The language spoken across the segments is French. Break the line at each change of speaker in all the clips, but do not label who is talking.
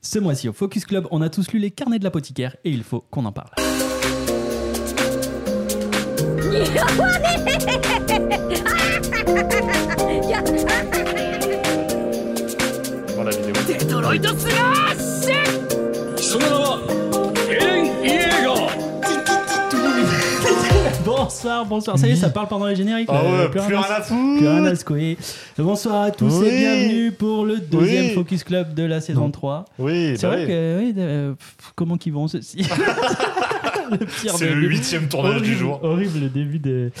Ce mois-ci au Focus Club, on a tous lu les carnets de l'apothicaire et il faut qu'on en parle.
Dans la vidéo.
デトロイト・スラッシュ
その名はエレン・イエーガー
Bonsoir, bonsoir. Ça y est, ça parle pendant les génériques.
Ah
là.
ouais, plus
à
rien à
se-
foutre.
plus rien à secouer. Bonsoir à tous
Oui.
et bienvenue pour le deuxième
Oui.
Focus Club de la saison
Non.
3.
Oui,
C'est
bah
vrai
oui.
que, oui, euh, pff, comment qu'ils vont ceux-ci Le pire
c'est
des-
le huitième tournage
horrible,
du jour.
Horrible le début de.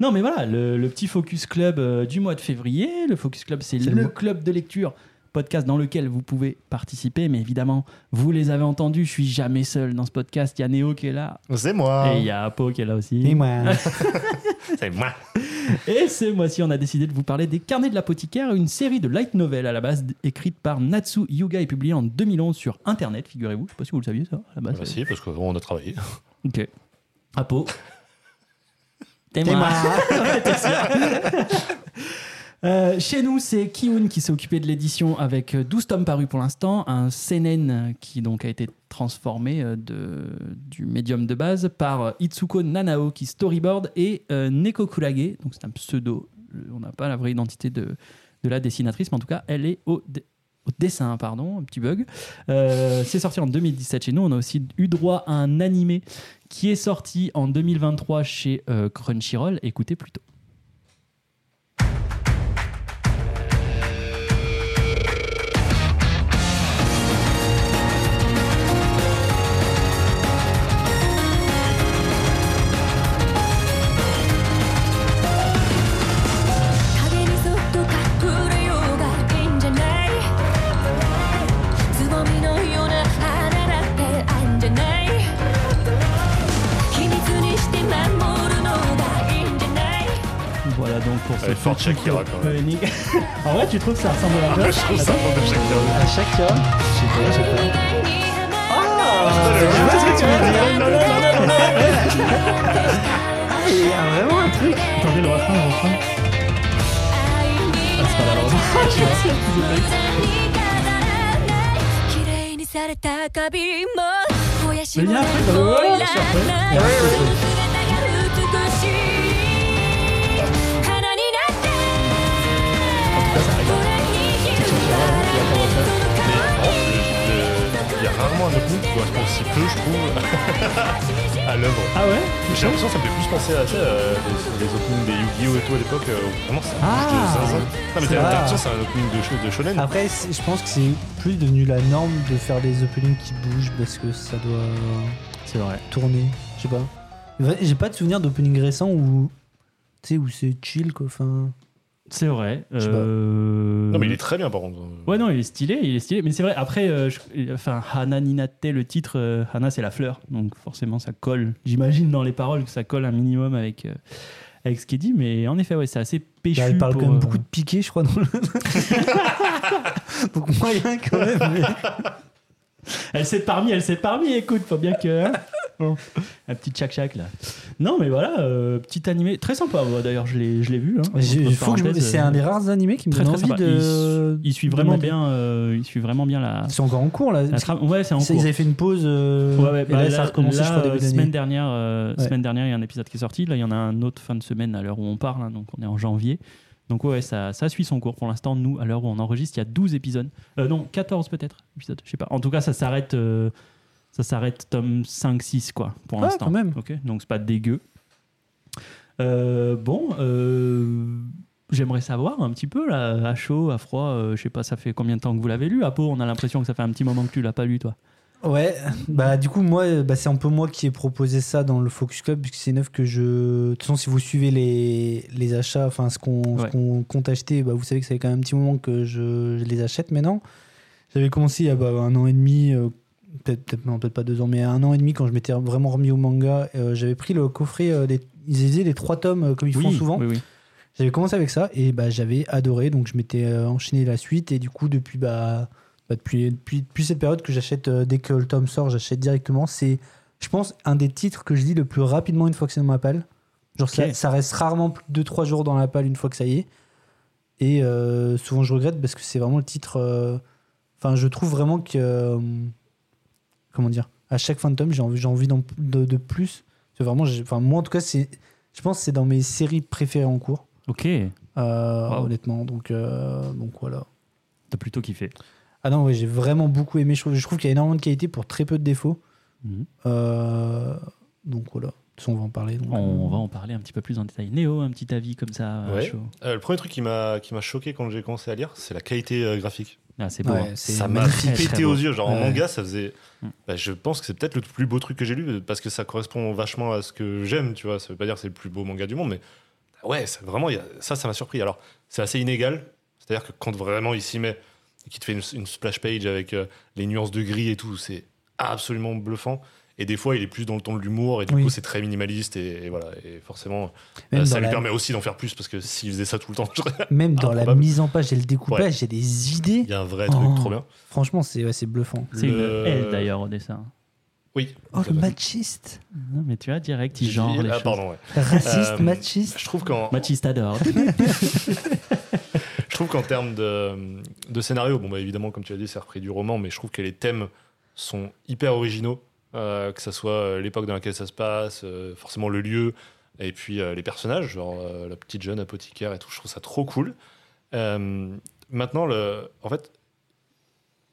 Non, mais voilà, le, le petit Focus Club euh, du mois de février. Le Focus Club, c'est
C'est
le,
le mois.
club de lecture podcast dans lequel vous pouvez participer. Mais évidemment, vous les avez entendus, je suis jamais seul dans ce podcast. Il y a Néo qui est là.
C'est moi.
Et il y a Apo qui est là aussi.
moi
C'est moi.
Et ce mois-ci, on a décidé de vous parler des Carnets de l'apothicaire, une série de light novel à la base d- écrite par Natsu Yuga et publiée en 2011 sur Internet, figurez-vous. Je sais pas si vous le saviez ça, à la base.
Bah si, parce qu'on a travaillé.
Ok. Apo. T'es Euh, chez nous, c'est Kiun qui s'est occupé de l'édition avec euh, 12 tomes parus pour l'instant, un seinen qui donc a été transformé euh, de, du médium de base par euh, Itsuko Nanao qui storyboard et euh, Neko Kurage, donc c'est un pseudo, Le- on n'a pas la vraie identité de, de la dessinatrice, mais en tout cas, elle est au, dé- au dessin, pardon, un petit bug. Euh, c'est sorti en 2017 chez nous, on a aussi eu droit à un animé qui est sorti en 2023 chez euh, Crunchyroll, écoutez plutôt.
「風にそっと隠れようがいいんじゃない」「つぼみのような花だってあんじゃない」「秘密にして守るのがいいんじゃない」
Voilà donc pour ce
Elle est forte,
petit
Shakira,
coup
quand
de
même.
panique. En vrai, tu trouves que ça ressemble à la
Je trouve ça un peu de chaque
À chaque fois Je sais pas, je sais pas.
Ah,
「
Parce que tu m'as dit, non, non, non, non, non. Ah, il y a vraiment un truc
Attendez le refrain, le refrain.
Ah,
あららら
無駄に飾らない」「綺麗にされた花瓶も燃やしもない
Mais il y a un truc dans le-
燃やらな
Il
い」
y a un truc.
「その姿が美しい花になって」「空に広がられ
Il y a rarement un autre groupe qui correspond aussi peu, je trouve, à l'œuvre.
Ah ouais
J'ai l'impression que ça me fait plus penser à ça, euh, les, les openings des Yu-Gi-Oh! et tout à l'époque. euh, vraiment, ça marche
Ah.
de zinzin. Non, mais t'as
C'est vrai. Ah,
t'as l'impression que c'est un opening de, sh- de shonen.
Après, c'est- je pense que c'est plus devenu la norme de faire des openings qui bougent parce que ça doit
C'est vrai.
tourner. Je sais pas. Ouais, J'ai pas de souvenir d'opening récent où. Tu sais, où c'est chill quoi. Enfin.
C'est vrai.
Je sais pas.
Euh,
Non, mais il est très bien, par contre.
Ouais, non, il est stylé, il est stylé. Mais c'est vrai, après, euh, je- enfin, Hana Ninate, le titre, euh, Hana, c'est la fleur. Donc forcément, ça colle. J'imagine dans les paroles que ça colle un minimum avec, euh, avec ce qui est dit. Mais en effet, ouais, c'est assez péchu.
Là, il Bah, parle
pour,
quand même
euh,
beaucoup de piquets, je crois. Dans le... Donc moyen quand même. mais-
Elle s'épargne, elle s'épargne, écoute, faut bien que. hein. Bon. Un petit tchac-tchac là. Non, mais voilà, euh, petit animé. Très sympa, moi, d'ailleurs, je l'ai je l'ai vu. hein.
Je-
Entre
je- faut que je me-
parenthèses,
C'est un des rares animés qui me
très,
donne
très
envie
sympa.
de.
Il suit
de
vraiment
mater.
bien, euh, il suit vraiment bien la,
Ils sont encore en cours là.
la
parce que
trame. Ouais, c'est en
ça,
cours. hein.
Ils avaient fait une pause. euh,
Ouais, ouais,
et
bah,
là, ça a recommencé,
là,
je crois,
euh,
début d'année.
semaine dernière, euh,
Ouais.
semaine dernière, il y a un épisode qui est sorti. Là, il y en a un autre fin de semaine à l'heure où on parle. hein, donc, on est en janvier. Donc, ouais, ouais, ça, ça suit son cours. Pour l'instant, nous, à l'heure où on enregistre, il y a 12 épisodes. Euh, non, 14 peut-être. Épisodes, je sais pas. En tout cas, ça s'arrête. euh, ça s'arrête tome 5-6, quoi, pour
Ah,
l'instant.
quand même.
Ok, donc, c'est pas dégueu. Euh, bon, euh, j'aimerais savoir un petit peu, là, à chaud, à froid, euh, je sais pas, ça fait combien de temps que vous l'avez lu À Pau, on a l'impression que ça fait un petit moment que tu l'as pas lu, toi.
Ouais, bah du coup moi euh, bah, c'est un peu moi qui ai proposé ça dans le Focus Club puisque c'est une œuvre que je de toute façon si vous suivez les, les achats enfin ce qu'on ce
Ouais.
qu'on compte acheter bah vous savez que ça fait quand même un petit moment que je, je les achète maintenant. J'avais commencé il y a bah, un an et demi euh, peut-être peut-être non, peut-être pas deux ans mais un an et demi quand je m'étais vraiment remis au manga euh, j'avais pris le coffret euh, des ils faisaient les trois tomes euh, comme ils font souvent.
Oui, oui.
J'avais commencé avec ça et bah, j'avais adoré, donc je m'étais euh, enchaîné la suite. Et du coup, depuis, bah, bah, depuis, depuis, depuis cette période que j'achète, euh, dès que le tome sort, j'achète directement. C'est, je pense, un des titres que je lis le plus rapidement une fois que c'est dans ma palle. Genre, ça,
Ok.
ça reste rarement plus de 2-3 jours dans la palle une fois que ça y est. Et euh, souvent, je regrette parce que c'est vraiment le titre. euh, Enfin, je trouve vraiment que. euh, comment dire À chaque fin de tome, j'ai envie, j'ai envie d'en- de, de plus. C'est vraiment. j'ai- Enfin, moi, en tout cas, c'est. Je pense que c'est dans mes séries préférées en cours,
Ok, t'as
euh,
Wow.
honnêtement. Donc, euh, donc voilà.
plutôt kiffé.
Ah non, ouais, j'ai vraiment beaucoup aimé. Je trouve, je trouve qu'il y a énormément de qualité pour très peu de défauts.
Mhm.
Euh, donc voilà. De toute façon, on va en parler. donc. euh,
On va en parler un petit peu plus en détail. Néo, un petit avis comme ça à
Ouais.
chaud.
Euh, le premier truc qui m'a qui m'a choqué quand j'ai commencé à lire, c'est la qualité euh, graphique.
Ah, c'est beau. hein.
Ouais, c'est
Ça m'a
magnifique.
très, très
pété
beau.
aux yeux. Genre en
Ouais.
manga, ça faisait.
Mm.
bah, je pense que c'est peut-être le plus beau truc que j'ai lu parce que ça correspond vachement à ce que j'aime. Tu vois, ça veut pas dire que c'est le plus beau manga du monde, mais ouais, ça, vraiment, il y a- ça, ça m'a surpris. Alors, c'est assez inégal. C'est-à-dire que quand vraiment il s'y met et qu'il te fait une, une splash page avec euh, les nuances de gris et tout, c'est absolument bluffant. Et des fois, il est plus dans le ton de l'humour et du
Oui.
coup, c'est très minimaliste et, et voilà. Et forcément,
Même
euh,
dans
ça lui
la-
permet aussi d'en faire plus parce que s'il faisait ça tout le temps,
Même dans la
Improbable.
mise en page et le découpage,
Ouais.
j'ai des idées.
il y a un vrai truc
Oh.
trop bien.
Franchement, c'est ouais, c'est bluffant.
C'est
Le-
une L d'ailleurs au dessin.
Oui.
Oh, le machiste
Non, mais tu as direct, il
J'ai
genre
dit-
les
ah,
choses.
pardon, ouais.
Raciste,
Euh,
machiste
Je trouve qu'en
Machiste adore.
je trouve qu'en termes de, de scénario, bon bah évidemment comme tu l'as dit, c'est repris du roman, mais je trouve que les thèmes sont hyper originaux, euh, que ça soit euh, l'époque dans laquelle ça se passe, euh, forcément le lieu, et puis euh, les personnages, genre euh, la petite jeune apothicaire et tout. Je trouve ça trop cool. Euh, maintenant, le, en fait,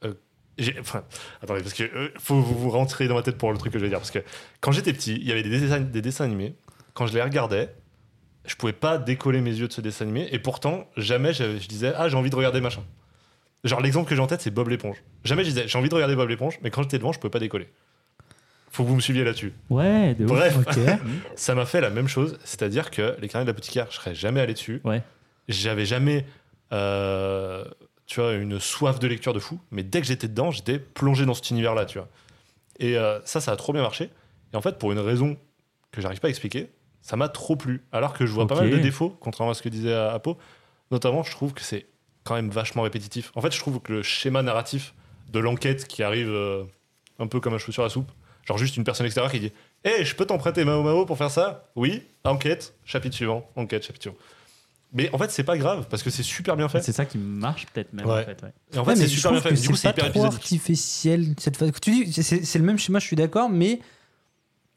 euh, j'ai- enfin, attendez, parce que euh, faut vous, vous rentrer dans ma tête pour le truc que je vais dire, parce que quand j'étais petit, il y avait des dessins, des dessins animés. Quand je les regardais, je pouvais pas décoller mes yeux de ce dessin animé, et pourtant jamais j'avais- je disais ah j'ai envie de regarder machin. Genre l'exemple que j'ai en tête c'est Bob l'éponge. Jamais je disais j'ai envie de regarder Bob l'éponge, mais quand j'étais devant je pouvais pas décoller. Faut que vous me suiviez là-dessus.
Ouais, de ouf.
Bref,
Ok.
ça m'a fait la même chose, c'est-à-dire que les carnets de l'apothicaire, je serais jamais allé dessus.
Ouais.
J'avais jamais, euh, tu vois, une soif de lecture de fou, mais dès que j'étais dedans, j'étais plongé dans cet univers-là, tu vois. Et euh, ça, ça a trop bien marché. Et en fait, pour une raison que j'arrive pas à expliquer, ça m'a trop plu. Alors que je vois
Ok.
pas mal de défauts, contrairement à ce que disait Apo. Notamment, je trouve que c'est quand même vachement répétitif. En fait, je trouve que le schéma narratif de l'enquête qui arrive euh, un peu comme un cheveu sur la soupe, genre juste une personne extérieure qui dit Hé, je peux t'emprunter Mao Mao pour faire ça Oui, enquête, chapitre suivant, enquête, chapitre suivant. Mais en fait, c'est pas grave parce que c'est super bien fait.
C'est ça qui marche peut-être même
Ouais.
en fait. ouais.
Et en
Ouais,
fait,
mais
c'est
je
super
trouve
bien
que
fait. Du coup, c'est
pas
hyper
trop
épisodique.
artificiel cette phase. Tu dis, c'est c'est le même schéma, je suis d'accord, mais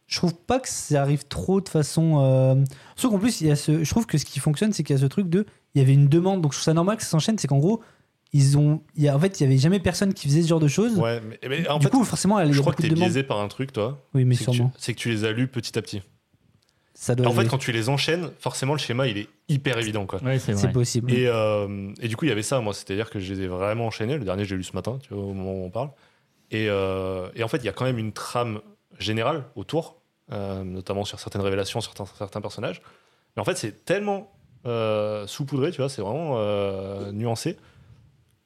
je trouve pas que ça arrive trop de façon. euh, Sauf qu'en plus, il y a ce... je trouve que ce qui fonctionne, c'est qu'il y a ce truc de. Il y avait une demande, donc je trouve ça normal que ça s'enchaîne. C'est qu'en gros, ils ont. il y a- En fait, il y avait jamais personne qui faisait ce genre de choses.
Ouais, mais, mais en
du
fait,
coup, forcément, il y
je
a
crois
beaucoup
que
de
t'es
demandes.
biaisé par un truc, toi.
Oui, mais
C'est que tu-
sûrement.
c'est que tu les as lus petit à petit.
Ça doit
En fait,
jouer.
quand tu les enchaînes, forcément, le schéma, il est hyper évident. Quoi.
Ouais, c'est
c'est
vrai.
possible.
Et, euh, et du coup, il y avait ça, moi. C'est-à-dire que je les ai vraiment enchaînés. Le dernier, j'ai lu ce matin, tu vois, au moment où on parle. Et, euh, et en fait, il y a quand même une trame générale autour, euh, notamment sur certaines révélations, certains, certains personnages. Mais en fait, c'est tellement euh, saupoudré, tu vois, c'est vraiment euh, nuancé,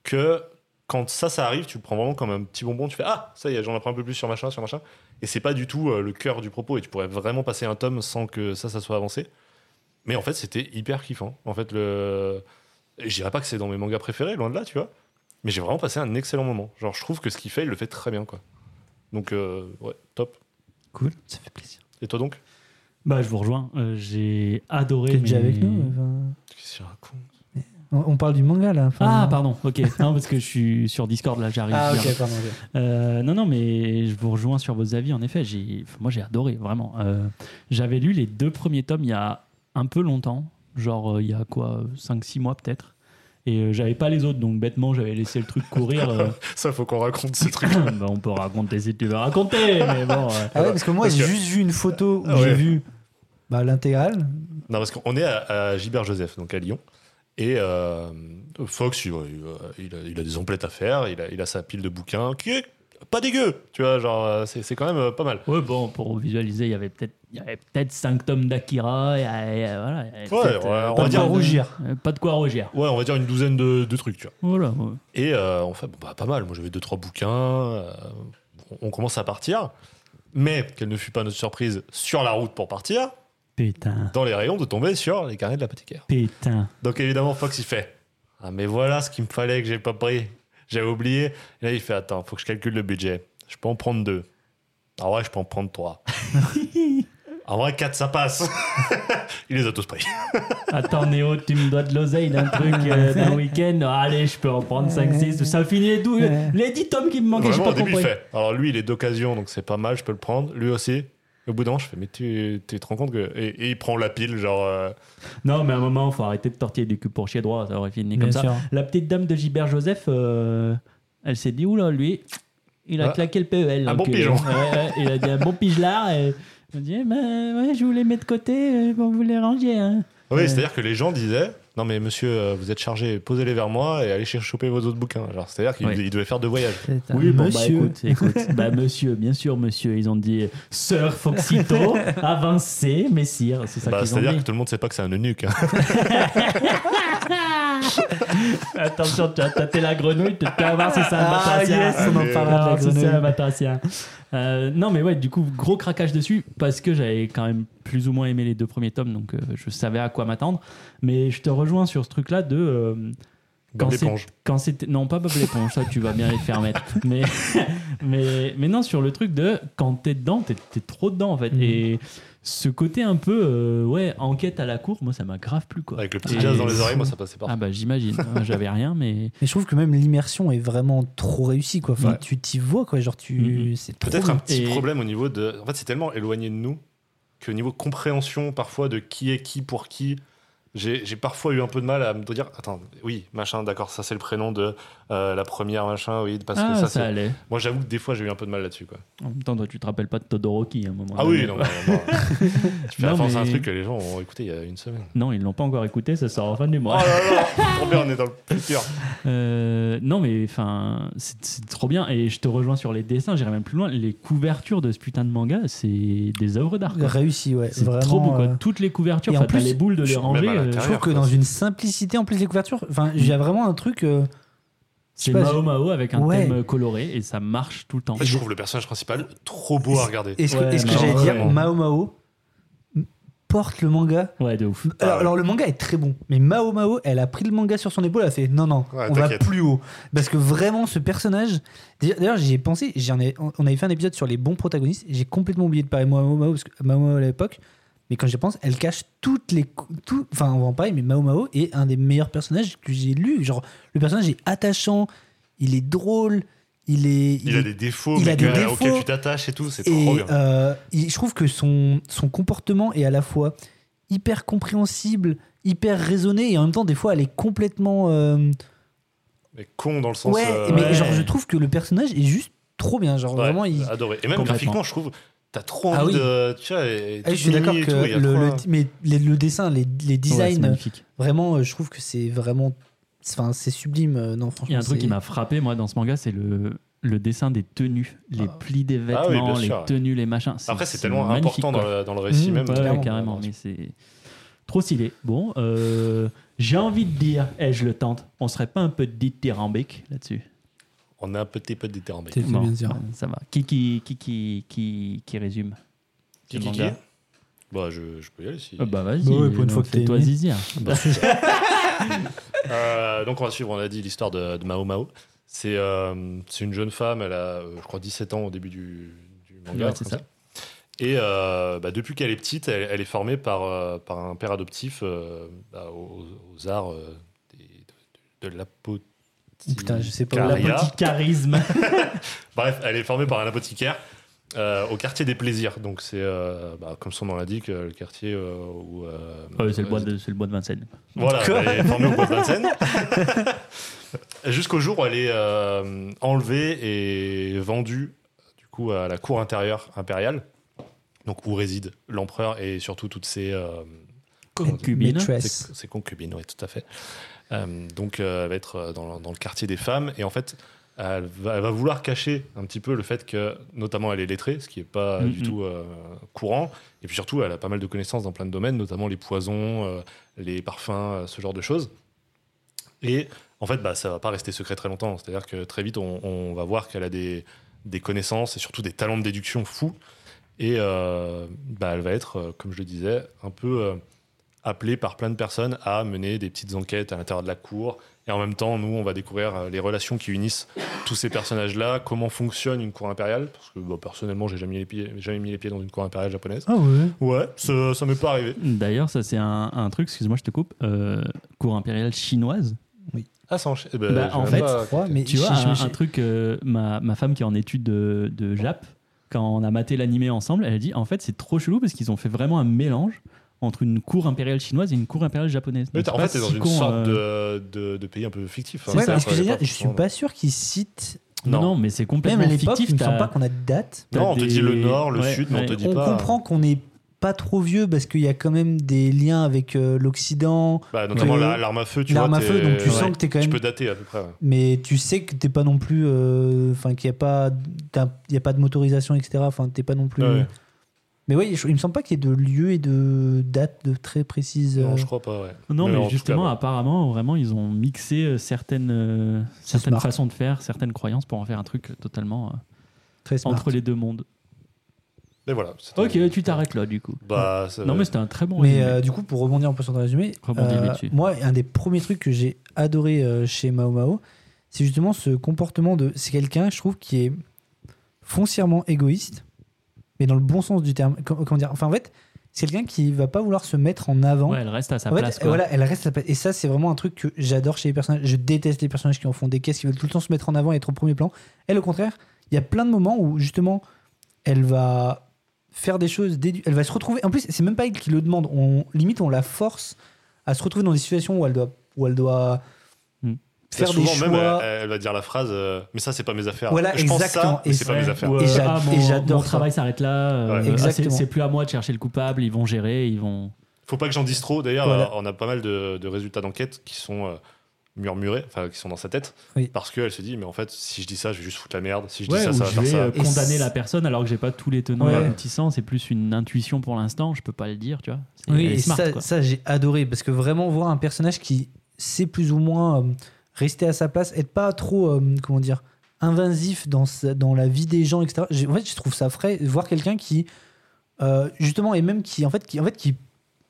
que quand ça, ça arrive, tu le prends vraiment comme un petit bonbon. Tu fais Ah, ça y est, j'en apprends un peu plus sur machin, sur machin. Et c'est pas du tout euh, le cœur du propos. Et tu pourrais vraiment passer un tome sans que ça, ça soit avancé. Mais en fait, c'était hyper kiffant. En fait, le. Et Je dirais pas que c'est dans mes mangas préférés, loin de là, tu vois. Mais j'ai vraiment passé un excellent moment. Genre, je trouve que ce qu'il fait, il le fait très bien, quoi. Donc, euh, ouais, top.
Cool, ça fait plaisir.
Et toi donc
Bah, je vous rejoins. Euh, J'ai adoré.
T'es déjà
mais-
avec nous euh, enfin,
Qu'est-ce qu'il raconte
on, on parle du manga là. enfin.
Ah, pardon, ok. non, parce que je suis sur Discord là, j'arrive.
Ah,
j'arrive.
ok, pardon. ok.
Euh, non, non, mais je vous rejoins sur vos avis. En effet, j'ai, enfin, moi j'ai adoré, vraiment. Euh, j'avais lu les deux premiers tomes il y a un peu longtemps, genre euh, il y a quoi, 5-6 mois peut-être. Et euh, j'avais pas les autres, donc bêtement j'avais laissé le truc courir. euh,
Ça, faut qu'on raconte ce truc.
bah, on peut raconter si tu veux raconter, mais bon. euh,
Ah ouais, parce que moi,
Parce
j'ai
que-
juste vu une photo où
Ah
j'ai
ouais.
vu bah, l'intégrale.
Non, parce qu'on est à, à Gilbert Joseph, donc à Lyon. Et euh, Fox, il, il- euh, il a, il a des emplettes à faire, il a, il a sa pile de bouquins qui est pas dégueu, tu vois, genre, euh, c'est c'est quand même euh, pas mal.
Ouais, bon, pour visualiser, il y avait peut-être il y avait peut-être 5 tomes d'Akira. et, euh, voilà, il y avait
Ouais,
peut-être,
ouais, on
pas
va
de
dire-
quoi
rougir.
euh, Pas de quoi rougir.
Ouais, on va dire une douzaine de, de trucs, tu vois.
Voilà. ouais.
Et euh, on fait bon, bah, pas mal. Moi, j'avais deux, trois bouquins. euh, on- on commence à partir. Mais, quelle ne fut pas notre surprise, sur la route pour partir,
Putain,
dans les rayons, de tomber sur les carnets de l'apothicaire.
putain.
Donc, évidemment, Fox, il fait Ah, mais voilà ce qu'il me fallait que j'ai pas pris. J'avais oublié. Et là, il fait Attends, faut que je calcule le budget. Je peux en prendre deux. Ah ouais, je peux en prendre trois. En vrai, 4, ça passe. il les a tous pris.
Attends, Néo, tu me dois de l'oseille d'un truc euh, d'un week-end. Allez, je peux en prendre 5-6. Ça finit les, dou-
Ouais.
les 10 tomes qui me manquaient, j'ai
Vraiment, au
pas
début,
compris.
il fait. Alors lui, il est d'occasion, donc c'est pas mal, je peux le prendre. Lui aussi. Au bout d'un moment, je fais, mais tu tu te rends compte que. Et, et il prend la pile, genre. euh,
Non, mais à un moment, faut arrêter de tortiller du cul pour chier droit. Ça aurait fini
Bien
comme ça.
sûr.
La petite dame de Gilbert Joseph, euh, elle s'est dit oula, lui, il a
Ah.
claqué le PEL.
Un
donc,
bon
euh,
pigeon.
ouais, ouais, il a dit un bon pigelard. Et, elle a dit eh ben, ouais, je vous les mets de côté euh, pour vous les ranger. hein.
Oui,
Ouais.
c'est-à-dire que les gens disaient Non, mais monsieur, euh, vous êtes chargé, posez-les vers moi et allez ch- choper vos autres bouquins. Genre, c'est-à-dire qu'ils
Ouais.
ils devaient faire deux voyages.
C'est un
Oui, bon,
monsieur.
bah écoute, écoute. bah monsieur, bien sûr, monsieur. Ils ont dit Sœur Foxito, avancez, messire. C'est ça
Bah,
qu'ils ont
c'est-à-dire
dit.
que tout le monde sait pas que c'est un eunuque. hein.
Attention, tu as tâté la grenouille, tu vas voir si c'est un
Ah,
batracien.
yes, on en
Allez.
parlera
Alors,
de
si
la
bah, Ah,
E.
c'est un
grenouille.
batracien. Euh, non, mais ouais, du coup, gros craquage dessus parce que j'avais quand même plus ou moins aimé les deux premiers tomes, donc euh, je savais à quoi m'attendre. Mais je te rejoins sur ce truc-là de. euh,
Bob
c'est-
l'éponge.
quand c'était non pas Bob l'éponge ça tu vas bien les faire mettre mais mais mais non sur le truc de quand t'es dedans t'es t'es trop dedans en fait
Mhm.
et ce côté un peu euh, ouais enquête à la cour moi ça m'a grave plu quoi
Avec le petit
Et-
jazz dans les oreilles, moi, ça passait pas.
ah bah j'imagine Moi, j'avais rien mais
Mais je trouve que même l'immersion est vraiment trop réussie quoi. Enfin,
Ouais.
tu t'y vois quoi, genre tu
Mhm.
c'est trop
Peut-être
bien.
un petit
Et-
problème au niveau de. En fait, c'est tellement éloigné de nous qu'au niveau compréhension parfois de qui est qui pour qui. J'ai j'ai parfois eu un peu de mal à me dire attends oui machin d'accord ça c'est le prénom de euh, la première machin oui parce
ah,
que ça,
ça,
c'est
allait.
moi j'avoue que des fois j'ai eu un peu de mal là-dessus quoi
En même temps, toi, tu te rappelles pas de Todoroki à un moment.
ah
donné.
oui non bah, moi, je fais
Non,
référence à un
mais-
truc que les gens ont écouté il y a une semaine
Non, ils l'ont pas encore écouté, ça sort en fin du
oh
mois.
là là trop bien on est dans le futur
Euh, non, mais enfin, c'est c'est trop bien. Et je te rejoins sur les dessins, j'irai même plus loin. Les couvertures de ce putain de manga, c'est des œuvres d'art. quoi.
réussi ouais,
C'est
vraiment.
trop beau, quoi.
euh,
Toutes les couvertures,
et en
enfin, t'as
plus,
les boules de les
je-
ranger.
même à
euh,
Je
l'intérieur.
trouve que
quoi.
dans une simplicité en plus les couvertures, enfin, il y a
Mm.
vraiment un truc euh, je sais
c'est
pas,
Mao Mao avec un
Ouais.
thème coloré et ça marche tout le temps.
en fait je trouve le personnage principal trop beau à regarder
Est-ce que,
Ouais,
est-ce que
mais
j'allais
alors,
dire
vraiment.
Mao Mao porte le manga
Ouais, de ouf.
alors,
Ah ouais.
alors, le manga est très bon, mais Mao Mao, elle a pris le manga sur son épaule, elle a fait non non,
Ouais,
on va
t'inquiète.
plus haut parce que vraiment ce personnage. D'ailleurs j'y ai pensé, j'en ai, on avait fait un épisode sur les bons protagonistes, j'ai complètement oublié de parler de Mao Mao parce que Mao Mao à l'époque. Mais quand j'y pense, elle cache toutes les, cou- tout, enfin on va en parler, mais Mao Mao est un des meilleurs personnages que j'ai lu. Genre le personnage est attachant, il est drôle, il est,
il a des défauts
il a
mais
des
que- euh,
défauts.
auxquels tu t'attaches et tout c'est trop
et
bien
euh, il- je trouve que son, son comportement est à la fois hyper compréhensible, hyper raisonné, et en même temps, des fois, elle est complètement. euh,
mais con dans le sens
Ouais,
euh,
mais
ouais.
genre, je trouve que le personnage est juste trop bien. Genre,
Ouais, Ah,
vraiment, il.
adoré. Et même
Complètement.
graphiquement, je trouve, t'as trop envie
Ah oui.
de. Tu vois, et-
Ah,
tout
je suis d'accord
mimi et
que
tout, il y a
le,
trop
le-
un-
mais les- le dessin, les, les
Ouais, c'est
designs,
magnifique.
vraiment, euh, je trouve que c'est vraiment. c'est- Enfin, c'est sublime. euh, Non, franchement.
Il y a un truc
c'est-
qui m'a frappé, moi, dans ce manga, c'est le, le dessin des tenues, les
Ah.
plis des
Ah oui, bien
vêtements, les
sûr, ouais.
tenues, les machins.
Après, c'est tellement
magnifique,
important
quoi.
dans le, dans le récit
Mmh,
même.
Ouais, ouais,
clairement.
carrément, mais c'est trop stylé. Bon, euh, j'ai envie de dire, et je le tente, on serait pas un peu dithyrambique là-dessus
On a un petit peu déterminé.
C'est
Bon,
bien sûr.
ouais, ça va. Qui, qui, qui, qui, qui, qui résume
Qui,
le
qui, qui
manga
Bah, je, je peux y aller si.
Euh, Bah vas-y,
Bah ouais, pour une
euh,
fois que t'es
fais-toi
aimé.
zizir.
Euh, donc, on va suivre, on a dit, l'histoire de, de Mao Mao. C'est euh, c'est une jeune femme, elle a, euh, je crois, 17 ans au début du, du manga.
Ouais, c'est
comme
ça.
Et euh, bah, depuis qu'elle est petite, elle, elle est formée par, euh, par un père adoptif euh, bah, aux, aux arts euh, des- de, de, de l'apothicaire.
Putain, je sais pas.
La
Caria.
petite charisme.
Bref, elle est formée par un apothicaire euh, au quartier des plaisirs. Donc, c'est, euh, bah, comme son nom l'indique, euh, le quartier euh, où. euh,
Ouais, c'est le
euh,
bois de, c'est le bois de Vincennes.
Voilà, elle est formée au bois de Vincennes. Jusqu'au jour où elle est euh, enlevée et vendue, du coup, à la cour intérieure impériale, donc où réside l'empereur et surtout toutes ses. euh,
Concubine.
Maîtresse.
c'est concubine, oui, tout à fait. Euh, donc, euh, elle va être euh, dans, dans le quartier des femmes. Et en fait, elle va, elle va vouloir cacher un petit peu le fait que, notamment, elle est lettrée, ce qui n'est pas euh, du
Mhm.
tout euh, courant. Et puis surtout, elle a pas mal de connaissances dans plein de domaines, notamment les poisons, euh, les parfums, euh, ce genre de choses. Et en fait, bah, ça va pas rester secret très longtemps. C'est-à-dire que très vite, on, on va voir qu'elle a des, des connaissances et surtout des talents de déduction fous. Et euh, bah, elle va être, euh, comme je le disais, un peu euh, appelée par plein de personnes à mener des petites enquêtes à l'intérieur de la cour Et en même temps, nous, on va découvrir euh, les relations qui unissent tous ces personnages-là, comment fonctionne une cour impériale, parce que bah, personnellement, j'ai jamais mis les pieds, jamais mis les pieds dans une cour impériale japonaise.
Ah ouais.
Ouais, ça, ça m'est pas arrivé.
D'ailleurs, ça c'est un, un truc, excuse-moi, je te coupe, euh, cour impériale chinoise.
Ah, ça enchaîne. Eh ben,
Bah,
j'ai
en
même
fait,
pas-
Ouais, mais
Tu vois,
je-
un,
je-
un truc, euh, ma, ma femme qui est en étude de, de Jap, quand on a maté l'animé ensemble, elle a dit en fait c'est trop chelou parce qu'ils ont fait vraiment un mélange entre une cour impériale chinoise et une cour impériale japonaise.
Mais
Donc,
t'as- en
c'est
fait,
pas
t'es dans
si con,
une sorte
euh,
de, de, de pays un peu fictif.
hein. Ouais,
ça,
mais ce que
ouais,
je veux
pas
dire, je suis
forcément-
pas sûr qu'ils citent.
Non,
Non.
non, mais c'est
Même
complètement
à l'époque,
fictif.
il me
t'as-
semble pas qu'on a de date.
t'as
Non, on te dit le
des-
nord, le
Ouais,
sud, mais
ouais.
on te dit
On
pas.
comprend qu'on n'est pas trop vieux parce qu'il y a quand même des liens avec euh, l'Occident,
Bah, notamment
que-
la- l'arme à feu, tu vois.
l'arme à
t'es-
feu, donc tu
ouais.
sens que t'es quand
Tu
même.
peux dater à peu près. ouais.
Mais tu sais que t'es pas non plus. euh, Enfin, qu'il n'y a, pas t'as- il y a pas de motorisation, etc. Enfin, t'es pas non plus.
Ouais, ouais.
Mais oui, je- il me semble pas qu'il y ait de lieu et de date de très précise.
Non,
euh,
je crois pas, ouais.
Non, mais,
en tout cas,
justement,
ouais.
apparemment, vraiment, ils ont mixé euh, certaines, euh,
C'est
certaines
smart.
façons de faire, certaines croyances pour en faire un truc euh, totalement euh,
très smart.
entre les deux mondes.
Mais voilà. c'était-
Ok, tu t'arrêtes là, du coup.
Bah, ça-
non, mais c'était un très bon
Mais
résumé.
euh, du coup, pour rebondir un peu sur ton résumé,
Rebondir
euh,
là-dessus.
moi, un des premiers trucs que j'ai adoré euh, chez Mao Mao, c'est justement ce comportement de. C'est quelqu'un, je trouve, qui est foncièrement égoïste, mais dans le bon sens du terme. Com- Comment dire Enfin, en fait, c'est quelqu'un qui va pas vouloir se mettre en avant.
Ouais, elle reste à sa
En fait,
place. quoi.
voilà, elle reste à sa place. Et ça, c'est vraiment un truc que j'adore chez les personnages. Je déteste les personnages qui en font des caisses, qui veulent tout le temps se mettre en avant et être au premier plan. Elle, au contraire, il y a plein de moments où justement, elle va faire des choses, dédu- elle va se retrouver. En plus, c'est même pas elle qui le demande. On limite, on la force à se retrouver dans des situations où elle doit, où elle doit
Hmm.
Bah,
faire des
souvent
choix.
même, elle, elle va dire la phrase euh, Mais ça, c'est pas mes affaires.
Voilà,
je pense
exactement.
ça, mais
Et
c'est pas
c'est-
mes affaires.
Ou,
Et
euh,
j'ad-
ah, mon-
et j'adore
Mon
ça.
travail s'arrête là. euh,
Ouais.
ah, c'est-
Exactement.
c'est plus à moi de chercher le coupable. Ils vont gérer. Ils vont.
Faut pas que j'en dise trop. D'ailleurs,
Voilà.
euh, on a pas mal de, de résultats d'enquête qui sont euh, murmurés, enfin, qui sont dans sa tête.
Oui.
Parce qu'elle se dit Mais en fait, si je dis ça, je vais juste foutre la merde. Si je
Ouais,
dis ça,
ou
ça va
je
faire
vais
ça.
euh,
Et
condamner
c'est-
la personne alors que j'ai pas tous les tenants
Ouais.
et aboutissants. C'est plus une intuition pour l'instant. Je peux pas le dire, tu vois. C'est-
Oui,
elle est
et
smart,
ça,
quoi.
ça, j'ai adoré parce que vraiment voir un personnage qui sait plus ou moins euh, rester à sa place, être pas trop, euh, comment dire, invasif dans, sa- dans la vie des gens, etc. J'ai- En fait, je trouve ça frais. Voir quelqu'un qui, euh, justement, et même qui, en fait, qui, en fait, qui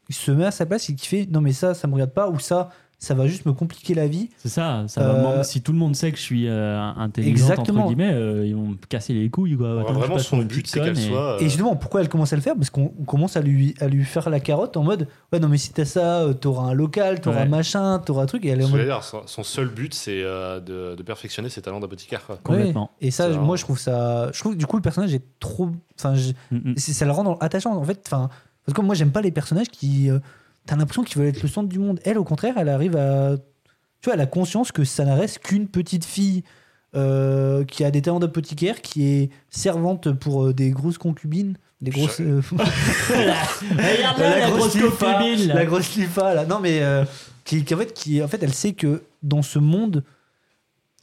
se met à sa place et qui fait non, mais ça, ça me regarde pas, ou ça, ça va juste me compliquer la vie.
C'est ça. ça va
Euh,
m'en- si tout le monde sait que je suis euh, intelligente
Exactement.
entre guillemets, euh, ils vont me casser les couilles. Quoi.
Alors,
Attends, je
vraiment,
passe
son
pour une
but,
petite
c'est qu'elle
conne et-
soit. euh,
Et justement, pourquoi elle commence à le faire Parce qu'on on commence à lui, à lui faire la carotte en mode ouais, non, mais si t'as ça, euh, t'auras un local, t'auras
Ouais.
un machin, t'auras un truc, et elle est en
Parce que
mode
d'ailleurs, son, son seul but, c'est euh, de, de perfectionner ses talents d'apothicaire. quoi.
Complètement.
Et ça,
C'est
moi,
vraiment-
je trouve ça. Je trouve que, du coup le personnage est trop. Enfin, je-
Mm, mm.
c'est- ça le rend dans- attachant. En fait, enfin, parce que moi, j'aime pas les personnages qui. euh, T'as l'impression qu'ils veulent être le centre du monde. Elle, au contraire, elle arrive à. Tu vois, elle a conscience que ça ne reste qu'une petite fille euh, qui a des talents d'apothicaire, qui est servante pour euh, des grosses concubines. Des grosses. euh,
Regarde là, Ah, la grosse
lifa,
concubine, là.
hein. la grosse lifa, là. Non, mais euh, qui, qui, en fait, qui, en fait, elle sait que dans ce monde,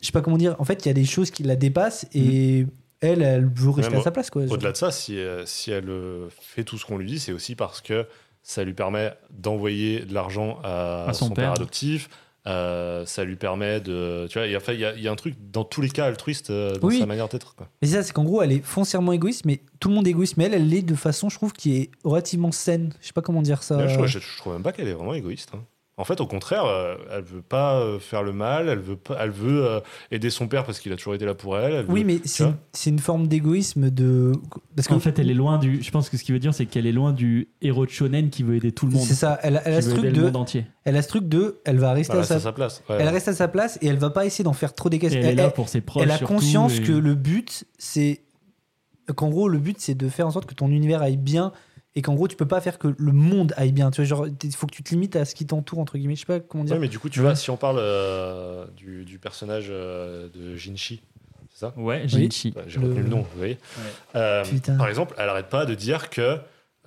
je sais pas comment dire. En fait, il y a des choses qui la dépassent et elle, elle veut rester
Même
à sa place, quoi.
Mm. Au-delà de ça, si, euh, si elle euh, fait tout ce qu'on lui dit, c'est aussi parce que ça lui permet d'envoyer de l'argent à,
À son
son, père,
père.
adoptif. euh, ça lui permet de. Tu vois, il y a- enfin, il y, a- il y a un truc dans tous les cas altruiste euh, dans
Oui.
sa manière d'être. quoi.
Mais c'est ça, c'est qu'en gros, elle est foncièrement égoïste, mais tout le monde est égoïste. Mais elle, elle l'est de façon, je trouve, qui est relativement saine. Je sais pas comment dire ça.
D'ailleurs, Je, trouve- je- je trouve même pas qu'elle est vraiment égoïste. hein. En fait, au contraire, euh, elle veut pas euh, faire le mal, elle veut, pas, elle veut euh, aider son père parce qu'il a toujours été là pour elle. elle
Oui,
veut-
mais c'est
vois
c'est une forme d'égoïsme de. Parce
En fait, elle est loin du. Je pense que ce qu'il veut dire, c'est qu'elle est loin du héros de shonen qui veut aider tout le monde.
C'est ça, elle, a- elle a
qui
ce
veut
truc
aider le
de.
monde entier.
Elle a ce truc de. Elle va
elle
rester à
reste
sa.
à sa place. ouais.
Elle reste à sa place et elle va pas essayer d'en faire trop des caisses.
Et elle, est
Elle-
là
elle-
pour ses proches.
elle a
surtout,
conscience
et-
que le but, c'est qu'en gros, le but, c'est de faire en sorte que ton univers aille bien et qu'en gros, tu peux pas faire que le monde aille bien. Tu vois, genre, il faut que tu te limites à ce qui t'entoure, entre guillemets. Je sais pas comment dire.
Ouais, mais du coup, tu vois, si on parle euh, du, du personnage euh, de Jinchi, c'est ça
Ouais, Jinichi.
Ouais, J'ai
Le-
retenu le nom, vous voyez.
Ouais.
Euh,
Putain.
par exemple, elle arrête pas de dire que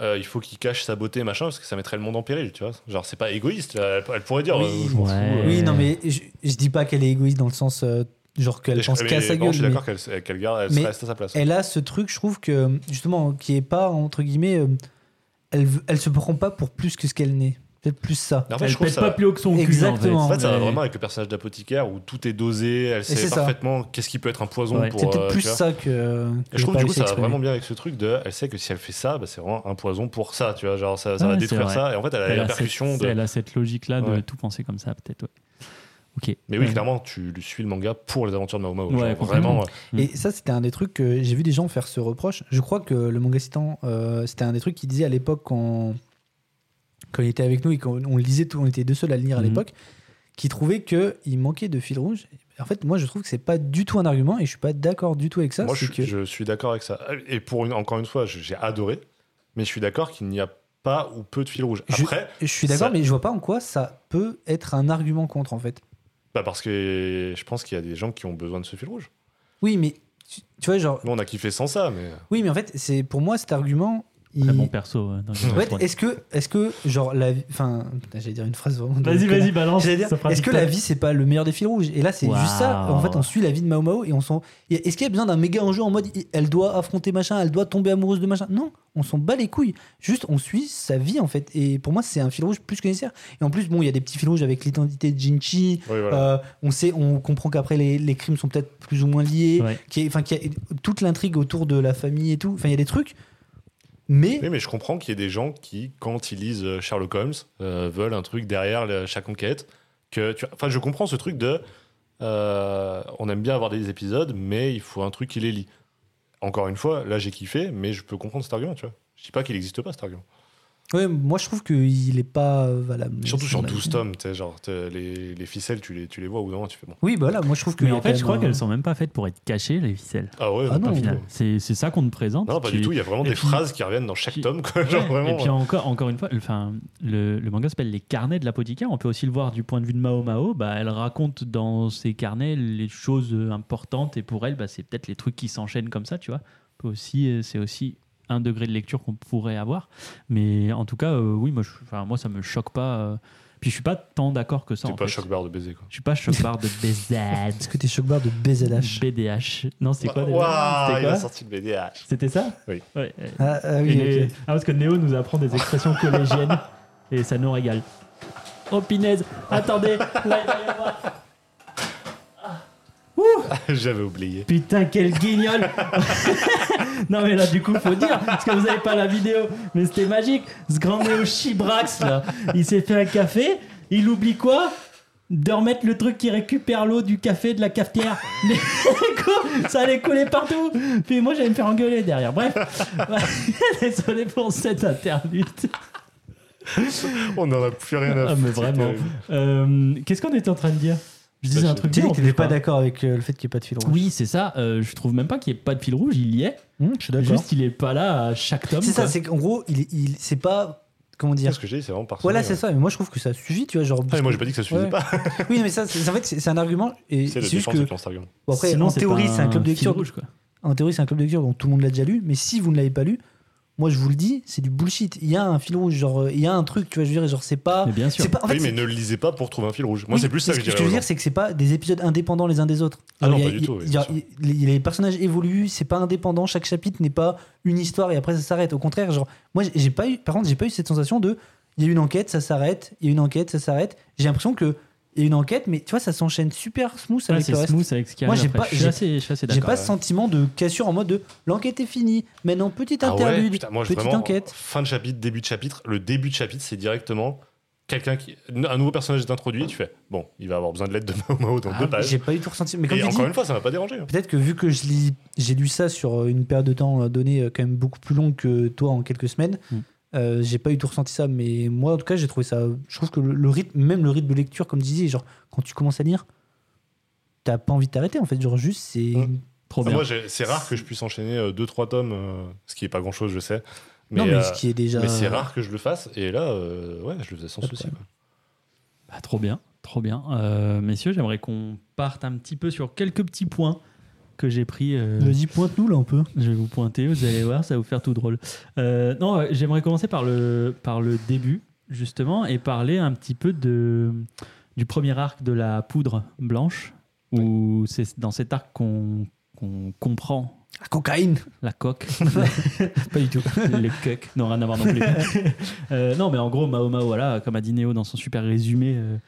euh, il faut qu'il cache sa beauté, machin, parce que ça mettrait le monde en péril, tu vois. Genre, c'est pas égoïste. là. Elle, elle pourrait dire.
Oui.
euh, je m'en fous,
Ouais.
euh.
Oui, non, mais je, je dis pas qu'elle est égoïste dans le sens, euh, genre,
Et
qu'elle
je-
pense
mais
qu'à sa
non,
gueule.
Je suis
mais
d'accord qu'elle qu'elle garde, elle
mais
reste à sa place.
elle a ce truc, je trouve que, justement, qui est pas, entre guillemets, euh, elle, veut- elle se prend pas pour plus que ce qu'elle n'est. Peut-être plus ça.
Mais en fait,
Elle
je trouve
pète
ça-
pas plus haut que son cul. en fait.
Exactement.
En fait, ça va
Ouais.
vraiment avec le personnage d'apothicaire où tout est dosé, elle
c'est
sait
ça.
parfaitement qu'est-ce qui peut être un poison
Ouais.
pour.
C'est peut-être
euh,
plus
tu vois.
ça que.
Et je trouve
que
du coup
j'ai pas
ça va
réussi à
vraiment bien avec ce truc de elle sait que si elle fait ça, bah, c'est vraiment un poison pour ça, tu vois, genre ça, ça
Ouais,
va
c'est
détruire
vrai.
ça et en fait elle a la
cette,
répercussion de
elle a cette logique-là de
Ouais.
tout penser comme ça, peut-être. ouais. Ok.
Mais oui,
Ouais.
clairement, tu suis le manga pour les aventures de Mao Mao.
Ouais,
Genre,
complètement.
vraiment. euh,
Mm.
Et ça, c'était un des trucs que j'ai vu des gens faire ce reproche. Je crois que le manga citant, euh, c'était un des trucs qu'il disait à l'époque quand, quand il était avec nous et qu'on on le lisait, tout, on était deux seuls à le lire à
Mhm.
l'époque, qui trouvait qu'il manquait de fil rouge. En fait, moi, je trouve que c'est pas du tout un argument et je suis pas d'accord du tout avec ça.
moi, je,
c'est
suis-
que...
je suis d'accord avec ça. Et pour une, encore une fois, je- j'ai adoré, mais je suis d'accord qu'il n'y a pas ou peu de fil rouge.
Je-
Après,
je suis d'accord,
ça-
mais je vois pas en quoi ça peut être un argument contre, en fait.
bah parce que je pense qu'il y a des gens qui ont besoin de ce fil rouge.
Oui, mais tu, tu vois, genre,
Nous, on a kiffé sans ça, mais
oui, mais en fait, c'est pour moi cet argument. Il...
Très bon perso. euh, dans Game of
Ouais,
Thrones.
est-ce que, est-ce que, genre, la, vie- enfin, putain, j'allais dire une phrase vraiment. de
Vas-y,
connard.
vas-y, balance.
J'allais dire,
ça fera
est-ce que
TikTok.
la vie c'est pas le meilleur des fils rouges Et là c'est
Waouh.
juste ça. En fait on suit la vie de Mao Mao et on s'en. et Est-ce qu'il y a besoin d'un méga enjeu en mode i- elle doit affronter machin, elle doit tomber amoureuse de machin Non, on s'en bat les couilles. Juste on suit sa vie en fait. Et pour moi c'est un fil rouge plus que nécessaire. Et en plus bon il y a des petits fils rouges avec l'identité de Jinchi.
oui, voilà.
Euh, on sait, on comprend qu'après les, les crimes sont peut-être plus ou moins liés.
Ouais.
Qu'il y a- Enfin qu'il y a toute l'intrigue autour de la famille et tout. Enfin il y a des trucs. Mais
Oui, mais je comprends qu'il y ait des gens qui, quand ils lisent euh, Sherlock Holmes, euh, veulent un truc derrière la- chaque enquête. Que tu... Enfin, je comprends ce truc de. euh, on aime bien avoir des épisodes, mais il faut un truc qui les lie. Encore une fois, là j'ai kiffé, mais je peux comprendre cet argument, tu vois. Je dis pas qu'il n'existe pas cet argument.
ouais, moi je trouve qu'il est pas euh, valable.
Surtout sur
Voilà.
12 tomes, tu sais, genre, t'as les, les ficelles, tu les, tu les vois au bout d'un moment, tu fais bon.
Oui, bah voilà, moi je trouve que.
Mais
il y
en
a
fait,
quand
je crois
même un-
qu'elles sont même pas faites pour être cachées, les ficelles.
Ah ouais,
Ah
pas
non.
Au
du
final,
tout.
c'est c'est ça qu'on te présente.
Non, pas
Tu-
du tout, il y a vraiment
Et
des
puis-
phrases qui reviennent dans chaque
puis-
tome, quoi. Genre,
Ouais,
vraiment. euh,
Et puis encore, encore une fois, le- enfin, le, le manga s'appelle Les Carnets de l'apothicaire. On peut aussi le voir du point de vue de Mao Mao. Bah, elle raconte dans ses carnets les choses euh, importantes et pour elle, bah, c'est peut-être les trucs qui s'enchaînent comme ça, tu vois. On peut aussi, euh, c'est aussi un degré de lecture qu'on pourrait avoir. Mais en tout cas, euh, oui, moi, je, enfin, moi, ça me choque pas. euh. Puis je suis pas tant d'accord que ça.
T'es
en
pas
fait.
choc barre de baiser, quoi.
Je suis pas choc-barre de BZ.
Est-ce que t'es choc-barre de BZH
BDH. Non, c'est quoi
Waouh,
déjà C'était
il a
quoi
sorti le BDH.
C'était ça
Oui.
Ouais, euh,
ah, ah oui,
et les-
ok.
ah, parce que Néo nous apprend des expressions collégiennes et ça nous régale. Oh punaise Attendez là, il va y avoir- Ah.
J'avais oublié.
Putain, quel guignol Non mais là, du coup, faut dire, parce que vous avez pas la vidéo, mais c'était magique. Ce grand Néo Chibrax, là, il s'est fait un café, il oublie quoi de remettre le truc qui récupère l'eau du café de la cafetière. Mais quoi ça allait couler partout. Puis moi, j'allais me faire engueuler derrière. Bref, désolé pour cette interlude.
On n'en a plus rien à foutre.
Ah, mais
c'est
vraiment.
terrible.
Euh, qu'est-ce qu'on était en train de dire Je disais
Bah,
un
je-
truc
Tu dis
dur,
que t'étais
je crois.
pas d'accord avec euh, le fait qu'il n'y ait pas de fil rouge.
Oui, c'est ça. euh, je trouve même pas qu'il n'y ait pas de fil rouge. Il y est.
Hum, je suis d'accord.
Juste, il est pas là à chaque tome.
C'est ça,
quoi.
c'est qu'en gros, il, est- il, c'est pas. Comment
Tu sais
dire
Ce que j'ai dit, c'est vraiment personnel.
Voilà, c'est ça. Mais moi, je trouve que ça suffit, tu vois. Genre,
Ah, mais moi, j'ai pas dit que ça suffisait
Ouais.
pas.
Oui, non, mais ça, c'est, en fait, c'est, c'est un argument. Et
C'est
c'est
la
juste
défense
que.
qui lance l'argument.
bon, après,
Sinon,
en
c'est
théorie,
pas
c'est un club de
fil
lecture.
rouge, quoi.
En théorie, c'est un club de lecture, donc tout le monde l'a déjà lu. Mais si vous ne l'avez pas lu, moi, je vous le dis, c'est du bullshit. Il y a un fil rouge, genre, euh, il y a un truc, tu vois. Je veux dire, genre, c'est pas.
Mais bien sûr.
C'est pas en fait,
oui, mais
c'est-
ne le lisez pas pour trouver un fil rouge. Moi,
Oui,
c'est plus ça
mais
que
ce
je dirais.
Ce que je veux
aux
dire, c'est que c'est pas des épisodes indépendants les uns des autres.
Ah non,
il y a-
pas du tout, oui,
il y a-
bien
il- les personnages évoluent, c'est pas indépendant. Chaque chapitre n'est pas une histoire et après ça s'arrête. Au contraire, genre, moi, j'ai- j'ai pas eu, par contre, j'ai pas eu cette sensation de il y a une enquête, ça s'arrête, il y a une enquête, ça s'arrête. J'ai l'impression que il y a une enquête, mais tu vois, ça s'enchaîne super smooth
Ah,
avec
c'est
le reste.
smooth avec ce qui
Moi,
arrive
j'ai
après.
pas-
Je suis
j'ai-
assez- je suis assez
J'ai
d'accord.
pas ce sentiment de cassure en mode de l'enquête est finie. Maintenant, petite
gens. Ah ouais,
interlude,
putain, moi, je-
petite
vraiment,
enquête.
Fin de chapitre, début de chapitre. Le début de chapitre, c'est directement quelqu'un qui. Un nouveau personnage est introduit. Tu fais bon, il va avoir besoin de l'aide de Mao Mao dans deux
Ah,
pages.
J'ai pas eu tout ressenti. Mais comme
Et
tu dis,
encore une fois, ça m'a pas dérangé. hein.
Peut-être que vu que je lis, j'ai lu ça sur euh, une période de temps donnée euh, quand même beaucoup plus longue que toi en quelques semaines,
Mm.
euh, j'ai pas eu tout ressenti ça, mais moi en tout cas j'ai trouvé ça. Je trouve que le, le rythme, même le rythme de lecture, comme tu disais, genre quand tu commences à lire, t'as pas envie de t'arrêter en fait, genre juste c'est.
Mm.
Trop
Ah,
bien.
moi, j'ai- c'est rare que je puisse enchaîner 2-3 tomes, euh, ce qui est pas grand chose, je sais. Mais,
non mais
euh,
ce qui est déjà. Ah,
mais c'est rare que je le fasse. Et là, euh, ouais, je le faisais sans
Pas de
souci. quoi.
Bah, trop bien, trop bien. Euh, messieurs, j'aimerais qu'on parte un petit peu sur quelques petits points que j'ai pris. euh,
Vas-y, pointe-nous là un peu.
Je vais vous pointer, vous allez voir, ça va vous faire tout drôle. Euh, non, euh, j'aimerais commencer par le, par le début, justement, et parler un petit peu de, du premier arc de la poudre blanche, où c'est dans cet arc qu'on qu'on comprend
La cocaïne
la coque,
Pas du tout.
les cucks, non, rien à voir non plus. Euh, non, mais en gros, Mao Mao, voilà, comme a dit Néo dans son super résumé, euh,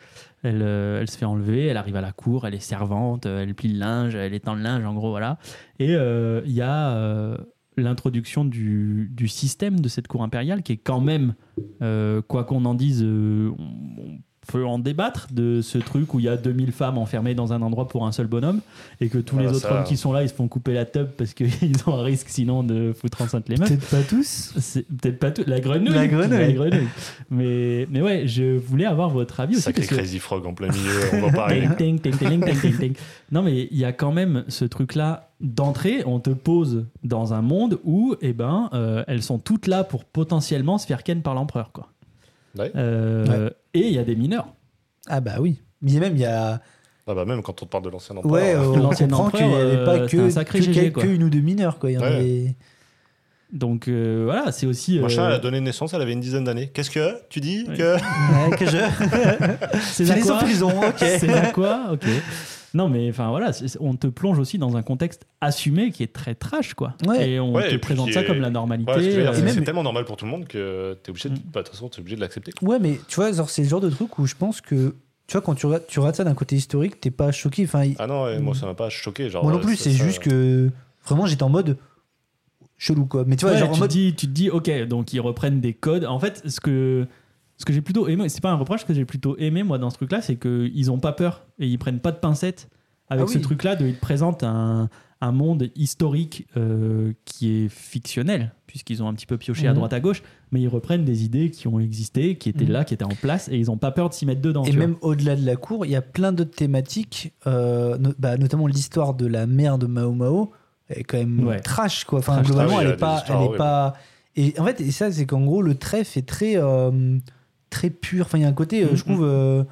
elle, euh, elle se fait enlever, elle arrive à la cour, elle est servante, euh, elle plie le linge, elle étend le linge, en gros, voilà. Et euh, il y a euh, l'introduction du, du système de cette cour impériale qui est quand même, euh, quoi qu'on en dise, euh, on- on peut en débattre de ce truc où il y a 2000 femmes enfermées dans un endroit pour un seul bonhomme et que tous
Ah,
les
bah,
autres
ça-
hommes qui sont là ils se font couper la teub parce qu'ils ont un risque sinon de foutre enceinte les meufs.
Peut-être pas tous.
C'est peut-être pas tout. La grenouille.
La grenouille.
grenouille. Mais, mais ouais, je voulais avoir votre avis aussi.
Sacré
parce que-
Crazy Ah Frog en plein milieu, on va parler.
Ting, ting, ting, ting, ting, ting, ting. Non, mais il y a quand même ce truc-là d'entrée. On te pose dans un monde où, eh ben, euh, elles sont toutes là pour potentiellement se faire ken par l'empereur, quoi.
Ouais.
Euh, Et il y a des mineurs.
Ah bah oui. Mais même, il y a.
Ah bah même quand on te parle de l'ancien empereur.
Ouais,
euh,
on
L'ancien
comprend qu'il n'y
empereur,
avait
euh,
pas
c'était un
que,
sacré
que,
GG,
quelques-
quoi.
que une ou deux mineurs. Quoi. Il y en
Ouais.
avait-
Donc euh, voilà, c'est aussi. euh,
Machin, elle a donné naissance, elle avait une dizaine d'années. Qu'est-ce que tu dis
Ouais.
que...
Ouais, que je. hein
c'est
Filez
quoi
en prison, ok.
C'est à quoi Ok. Non, mais enfin voilà, c'est- on te plonge aussi dans un contexte assumé qui est très trash, quoi.
Ouais.
Et on
Ouais, et
te
puis
présente
qui
ça
est-
comme la normalité.
Ouais, ce que je veux dire,
euh,
c'est
Et
que
même-
c'est tellement normal pour tout le monde que t'es obligé de...
Mm.
bah, de toute façon, t'es obligé de l'accepter.
Ouais, mais tu vois, genre, c'est le genre de truc où je pense que. Tu vois, quand tu regardes, tu regardes ça d'un côté historique, t'es pas choqué. Enfin, il-
Ah non, ouais, moi ça m'a pas choqué. Genre,
moi non
euh,
plus,
ça-
c'est
ça-
juste que. Vraiment, j'étais en mode. Chelou, quoi. Mais tu vois,
Ouais,
genre en
tu,
mode.
te dis, tu te dis, ok, donc ils reprennent des codes. En fait, ce que, ce que j'ai plutôt aimé, c'est pas un reproche, ce que j'ai plutôt aimé, moi, dans ce truc-là, c'est qu'ils ont pas peur et ils prennent pas de pincettes avec
Ah
ce
oui.
truc-là de ils te présentent un, un monde historique euh, qui est fictionnel, puisqu'ils ont un petit peu pioché à
Mhm.
droite à gauche, mais ils reprennent des idées qui ont existé, qui étaient
Mhm.
là, qui étaient en place, et ils ont pas peur de s'y mettre dedans.
Et
tu vois.
même au-delà de la cour, il y a plein d'autres thématiques, euh, no- bah, notamment l'histoire de la mère de Mao Mao est quand même
Ouais.
trash quoi. Enfin
Trash,
globalement,
trash. Ah oui, il
elle est
y a des
pas,
histoires
elle est
horribles.
pas. Et en fait, et ça c'est qu'en gros le trait fait très euh, très pur. Enfin il y a un côté, euh,
Mm,
je trouve. euh,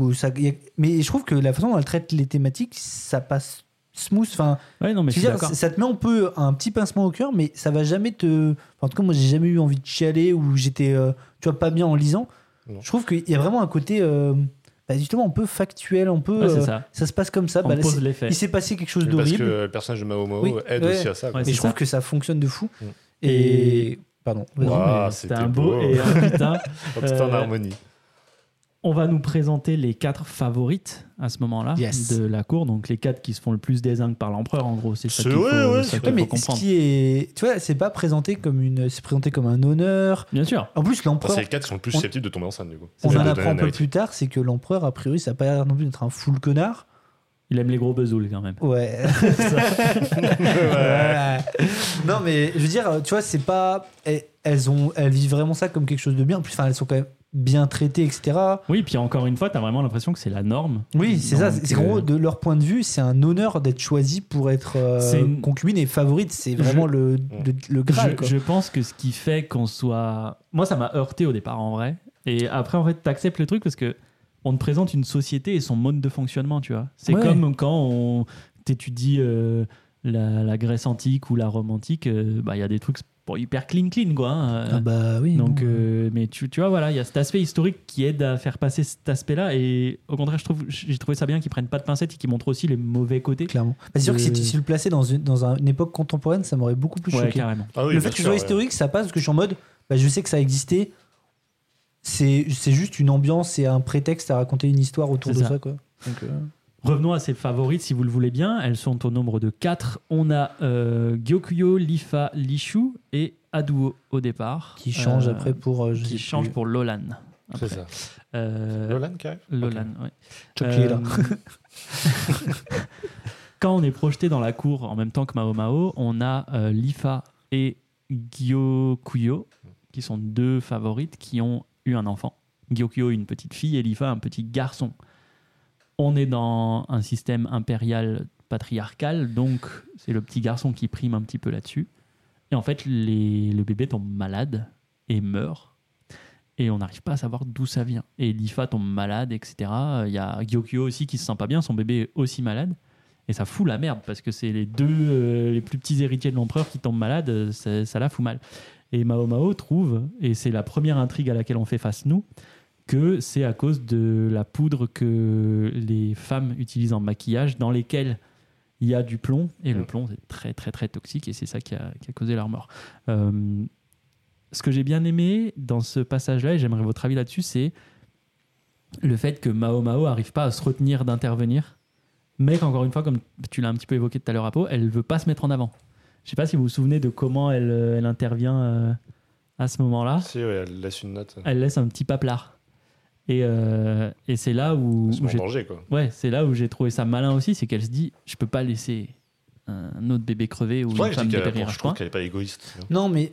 où ça, il y a- mais je trouve que la façon dont elle traite les thématiques, ça passe smooth. Enfin,
Ouais, non, mais je
tu
suis
veux dire,
d'accord.
ça ça te met un peu un petit pincement au cœur, mais ça va jamais te. enfin, en tout cas, moi, j'ai jamais eu envie de chialer ou j'étais, euh, tu vois, pas bien en lisant.
Non.
Je trouve qu'il y a vraiment un côté, euh, bah, justement, un peu factuel, un peu.
Ouais, c'est
euh,
ça.
se passe comme ça.
On
bah, là,
pose
c'est-
les faits.
il s'est passé quelque chose
Mais Parce que
d'horrible.
le personnage de Mao Mao
Oui,
aide
ouais.
aussi à ça. quoi.
Ouais,
Mais
c'est
je trouve
ça.
que ça fonctionne de fou.
Mm.
Et... Pardon. vas-y.
Non,
Ouah,
mais
c'était
euh, C'était un beau,
beau.
et un putain.
Oh, putain,
Euh,
d'harmonie.
On va nous présenter les quatre favorites à ce moment-là
Yes.
de la cour, donc les quatre qui se font le plus désingue par l'empereur en gros, c'est ça
C'est-
qu'il faut,
ouais,
ça
ouais, c'est
qu'il
Ouais,
faut
mais ce
comprendre.
qui est, tu vois, c'est pas présenté comme une, c'est présenté comme un honneur.
Bien sûr.
En plus,
Enfin,
l'empereur,
c'est les quatre qui sont le plus
on-
susceptibles de tomber enceinte du coup.
on
C'est
en
de
apprend un peu
Dynamite.
plus tard, c'est que l'empereur, a priori, ça a pas l'air non plus d'être un full connard.
Il aime les gros bezoules quand même.
Ouais. Ouais. Non, mais je veux dire, tu vois, c'est pas. eh, Elles, ont, elles vivent vraiment ça comme quelque chose de bien. En plus, enfin, elles sont quand même bien traitées, etc.
Oui, puis encore une fois, t'as vraiment l'impression que c'est la norme.
Oui, c'est ça.
Donc,
C'est en gros,
euh,
de leur point de vue, c'est un honneur d'être choisi pour être euh,
C'est une-
concubine et favorite. C'est vraiment
Je-
le, le, le Graal.
je,
quoi.
je pense que ce qui fait qu'on soit, moi ça m'a heurté au départ en vrai, et après en fait t'acceptes le truc parce que on te présente une société et son mode de fonctionnement, tu vois. C'est
Ouais.
comme quand on t'étudie euh, la, la Grèce antique ou la Rome antique, euh, bah il y a des trucs bon, hyper clean clean quoi. hein.
Ah bah oui.
Donc,
non.
euh, mais tu, tu vois, voilà, il y a cet aspect historique qui aide à faire passer cet aspect-là. Et au contraire, je trouve, j'ai trouvé ça bien qu'ils prennent pas de pincettes et qu'ils montrent aussi les mauvais côtés.
Clairement. Bah, c'est sûr que
Euh,
si tu si tu le plaçais dans une, dans un- une époque contemporaine, ça m'aurait beaucoup plus
Ouais,
choqué.
carrément.
Ah oui, bien
le fait que ce
sûr,
soit
ouais.
historique, ça passe parce que je suis en mode, bah, je sais que ça existait. C'est c'est juste une ambiance et un prétexte à raconter une histoire autour
C'est
de
ça.
ça. quoi. Donc, euh,
Revenons à ses favorites, si vous le voulez bien. Elles sont au nombre de 4. On a euh, Gyokuyo, Lifa, Lishu et Aduo au départ.
qui change
Euh,
après pour. euh, je sais
Qui change
plus.
pour Lolan.
C'est
après.
ça.
Euh,
Lolan qui arrive
Lolan, ouais.
Choqué, là.
Euh, Quand on est projeté dans la cour en même temps que Mao Mao, on a euh, Lifa et Gyokuyo, qui sont deux favorites qui ont eu un enfant. Gyokuyo, une petite fille, et Lifa, un petit garçon. On est dans un système impérial patriarcal, donc c'est le petit garçon qui prime un petit peu là-dessus. Et en fait, les- le bébé tombe malade et meurt. Et on n'arrive pas à savoir d'où ça vient. Et Lifa tombe malade, etc. Il y a Gyokyo aussi qui se sent pas bien, son bébé est aussi malade. Et ça fout la merde, parce que c'est les deux euh, les plus petits héritiers de l'empereur qui tombent malades, euh, ça, ça la fout mal. Et Mao Mao trouve, et c'est la première intrigue à laquelle on fait face nous, que c'est à cause de la poudre que les femmes utilisent en maquillage, dans lesquelles il y a du plomb, et le
Mm.
plomb c'est très très très toxique, et c'est ça qui a, qui a causé leur mort. Euh, ce que j'ai bien aimé dans ce passage-là, et j'aimerais votre avis là-dessus, c'est le fait que Mao Mao arrive pas à se retenir d'intervenir, mais qu'encore une fois, comme tu l'as un petit peu évoqué tout à l'heure, Apo, elle veut pas se mettre en avant. Je sais pas si vous vous souvenez de comment elle, euh, elle intervient euh, à ce moment-là.
Si, ouais, elle laisse une note.
Elle laisse un petit paplard. Et, euh, et c'est là où,
Ils sont
où
en
j'ai-
danger, quoi.
ouais, c'est là où j'ai trouvé ça malin aussi, c'est qu'elle se dit, je peux pas laisser un autre bébé crever ou
C'est pour
une
ça que je
femme
dis qu'elle-
dépérir.
bon, je
je crois.
trouve qu'elle est pas égoïste. tu vois.
Non, mais.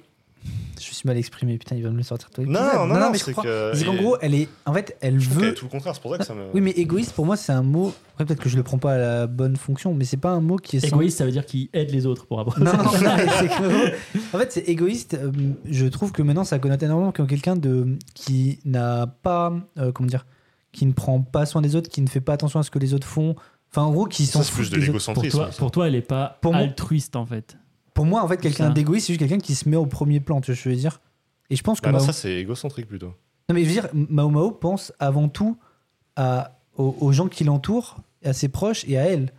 Je suis mal exprimé, putain, il va me le sortir toi.
Non, non, non,
mais je
c'est
crois.
que.
C'est qu'en
et-
gros, elle est. En fait, elle
je trouve qu'elle
veut.
est tout le contraire, c'est pour ça que ça me.
Oui, mais égoïste, pour moi, c'est un mot. Après, peut-être que je le prends pas à la bonne fonction, mais c'est pas un mot qui est. sans-
Égoïste, ça veut dire qu'il aide les autres pour avoir.
Non, non, non, mais c'est que- En fait, c'est égoïste. euh, Je trouve que maintenant, ça connote énormément quand quelqu'un de qui n'a pas, euh, comment dire, qui ne prend pas soin des autres, qui ne fait pas attention à ce que les autres font. Enfin, en gros, qui
Ça,
s'en
c'est
fout
plus de
des autres.
pour,
l'égocentrisme.
toi, pour toi, elle est pas
Pour moi-
altruiste en fait.
Pour moi, en fait, quelqu'un
Ça.
d'égoïste, c'est juste quelqu'un qui se met au premier plan. Tu vois ce que je veux dire Et je pense que
Ah non,
Mao-
ça, c'est égocentrique plutôt.
Non, mais je veux dire, Mao Mao pense avant tout à, aux, aux gens qui l'entourent, à ses proches et à elle.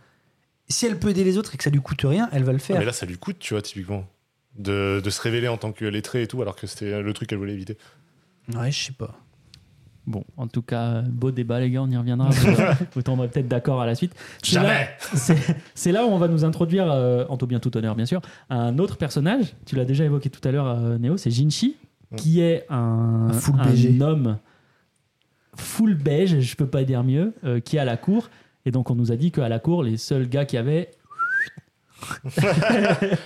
Si elle peut aider les autres et que ça lui coûte rien, elle va le
Ah,
faire.
mais là, ça lui coûte, tu vois, typiquement. De, de se révéler en tant que lettré et tout, alors que c'était le truc qu'elle voulait éviter.
Ouais, je sais pas.
Bon, en tout cas, euh, beau débat, les gars, on y reviendra. Vous, vous tomberez peut-être d'accord à la suite. C'est là- C'est c'est là où on va nous introduire, euh, en tout bien tout honneur, bien sûr, à un autre personnage. Tu l'as déjà évoqué tout à l'heure, euh, Néo, c'est Jinchi,
Mm.
qui est un,
Un full BG.
homme full beige, je peux pas dire mieux, euh, qui est à la cour. Et donc, on nous a dit qu'à la cour, les seuls gars qui avaient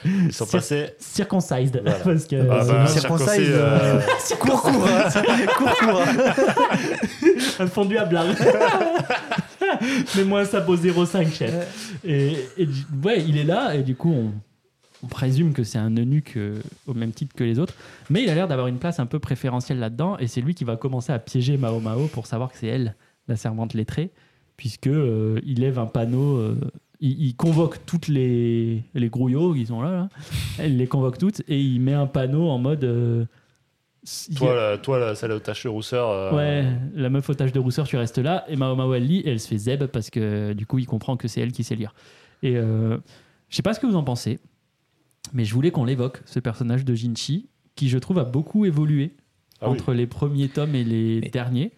Ils sont
C'est-
passés.
circoncised.
Voilà.
Parce que,
Ah
c'est
bah,
une
circoncis,
circoncis,
euh,
Cours, cours, hein. cours, cours, hein.
un fondu à blâme. Mais moi, ça pose 0,5, chef. Et, et du- ouais, il est là, et du coup, on, on présume que c'est un eunuque euh, au même titre que les autres. Mais il a l'air d'avoir une place un peu préférentielle là-dedans, et c'est lui qui va commencer à piéger Mao Mao pour savoir que c'est elle, la servante lettrée, puisque euh, il lève un panneau. euh, il, il convoque toutes les, les grouillots qui sont là, là. Il les convoque toutes et il met un panneau en mode. euh, il y a-
Toi, la, toi, la, celle aux taches de rousseur. euh,
Ouais, la meuf au tache de rousseur, tu restes là. Et Mahoma elle lit et elle se fait zeb parce que du coup, il comprend que c'est elle qui sait lire. Et euh, je sais pas ce que vous en pensez, mais je voulais qu'on l'évoque, ce personnage de Jinchi, qui je trouve a beaucoup évolué
ah oui.
entre les premiers tomes et les
Mais-
derniers.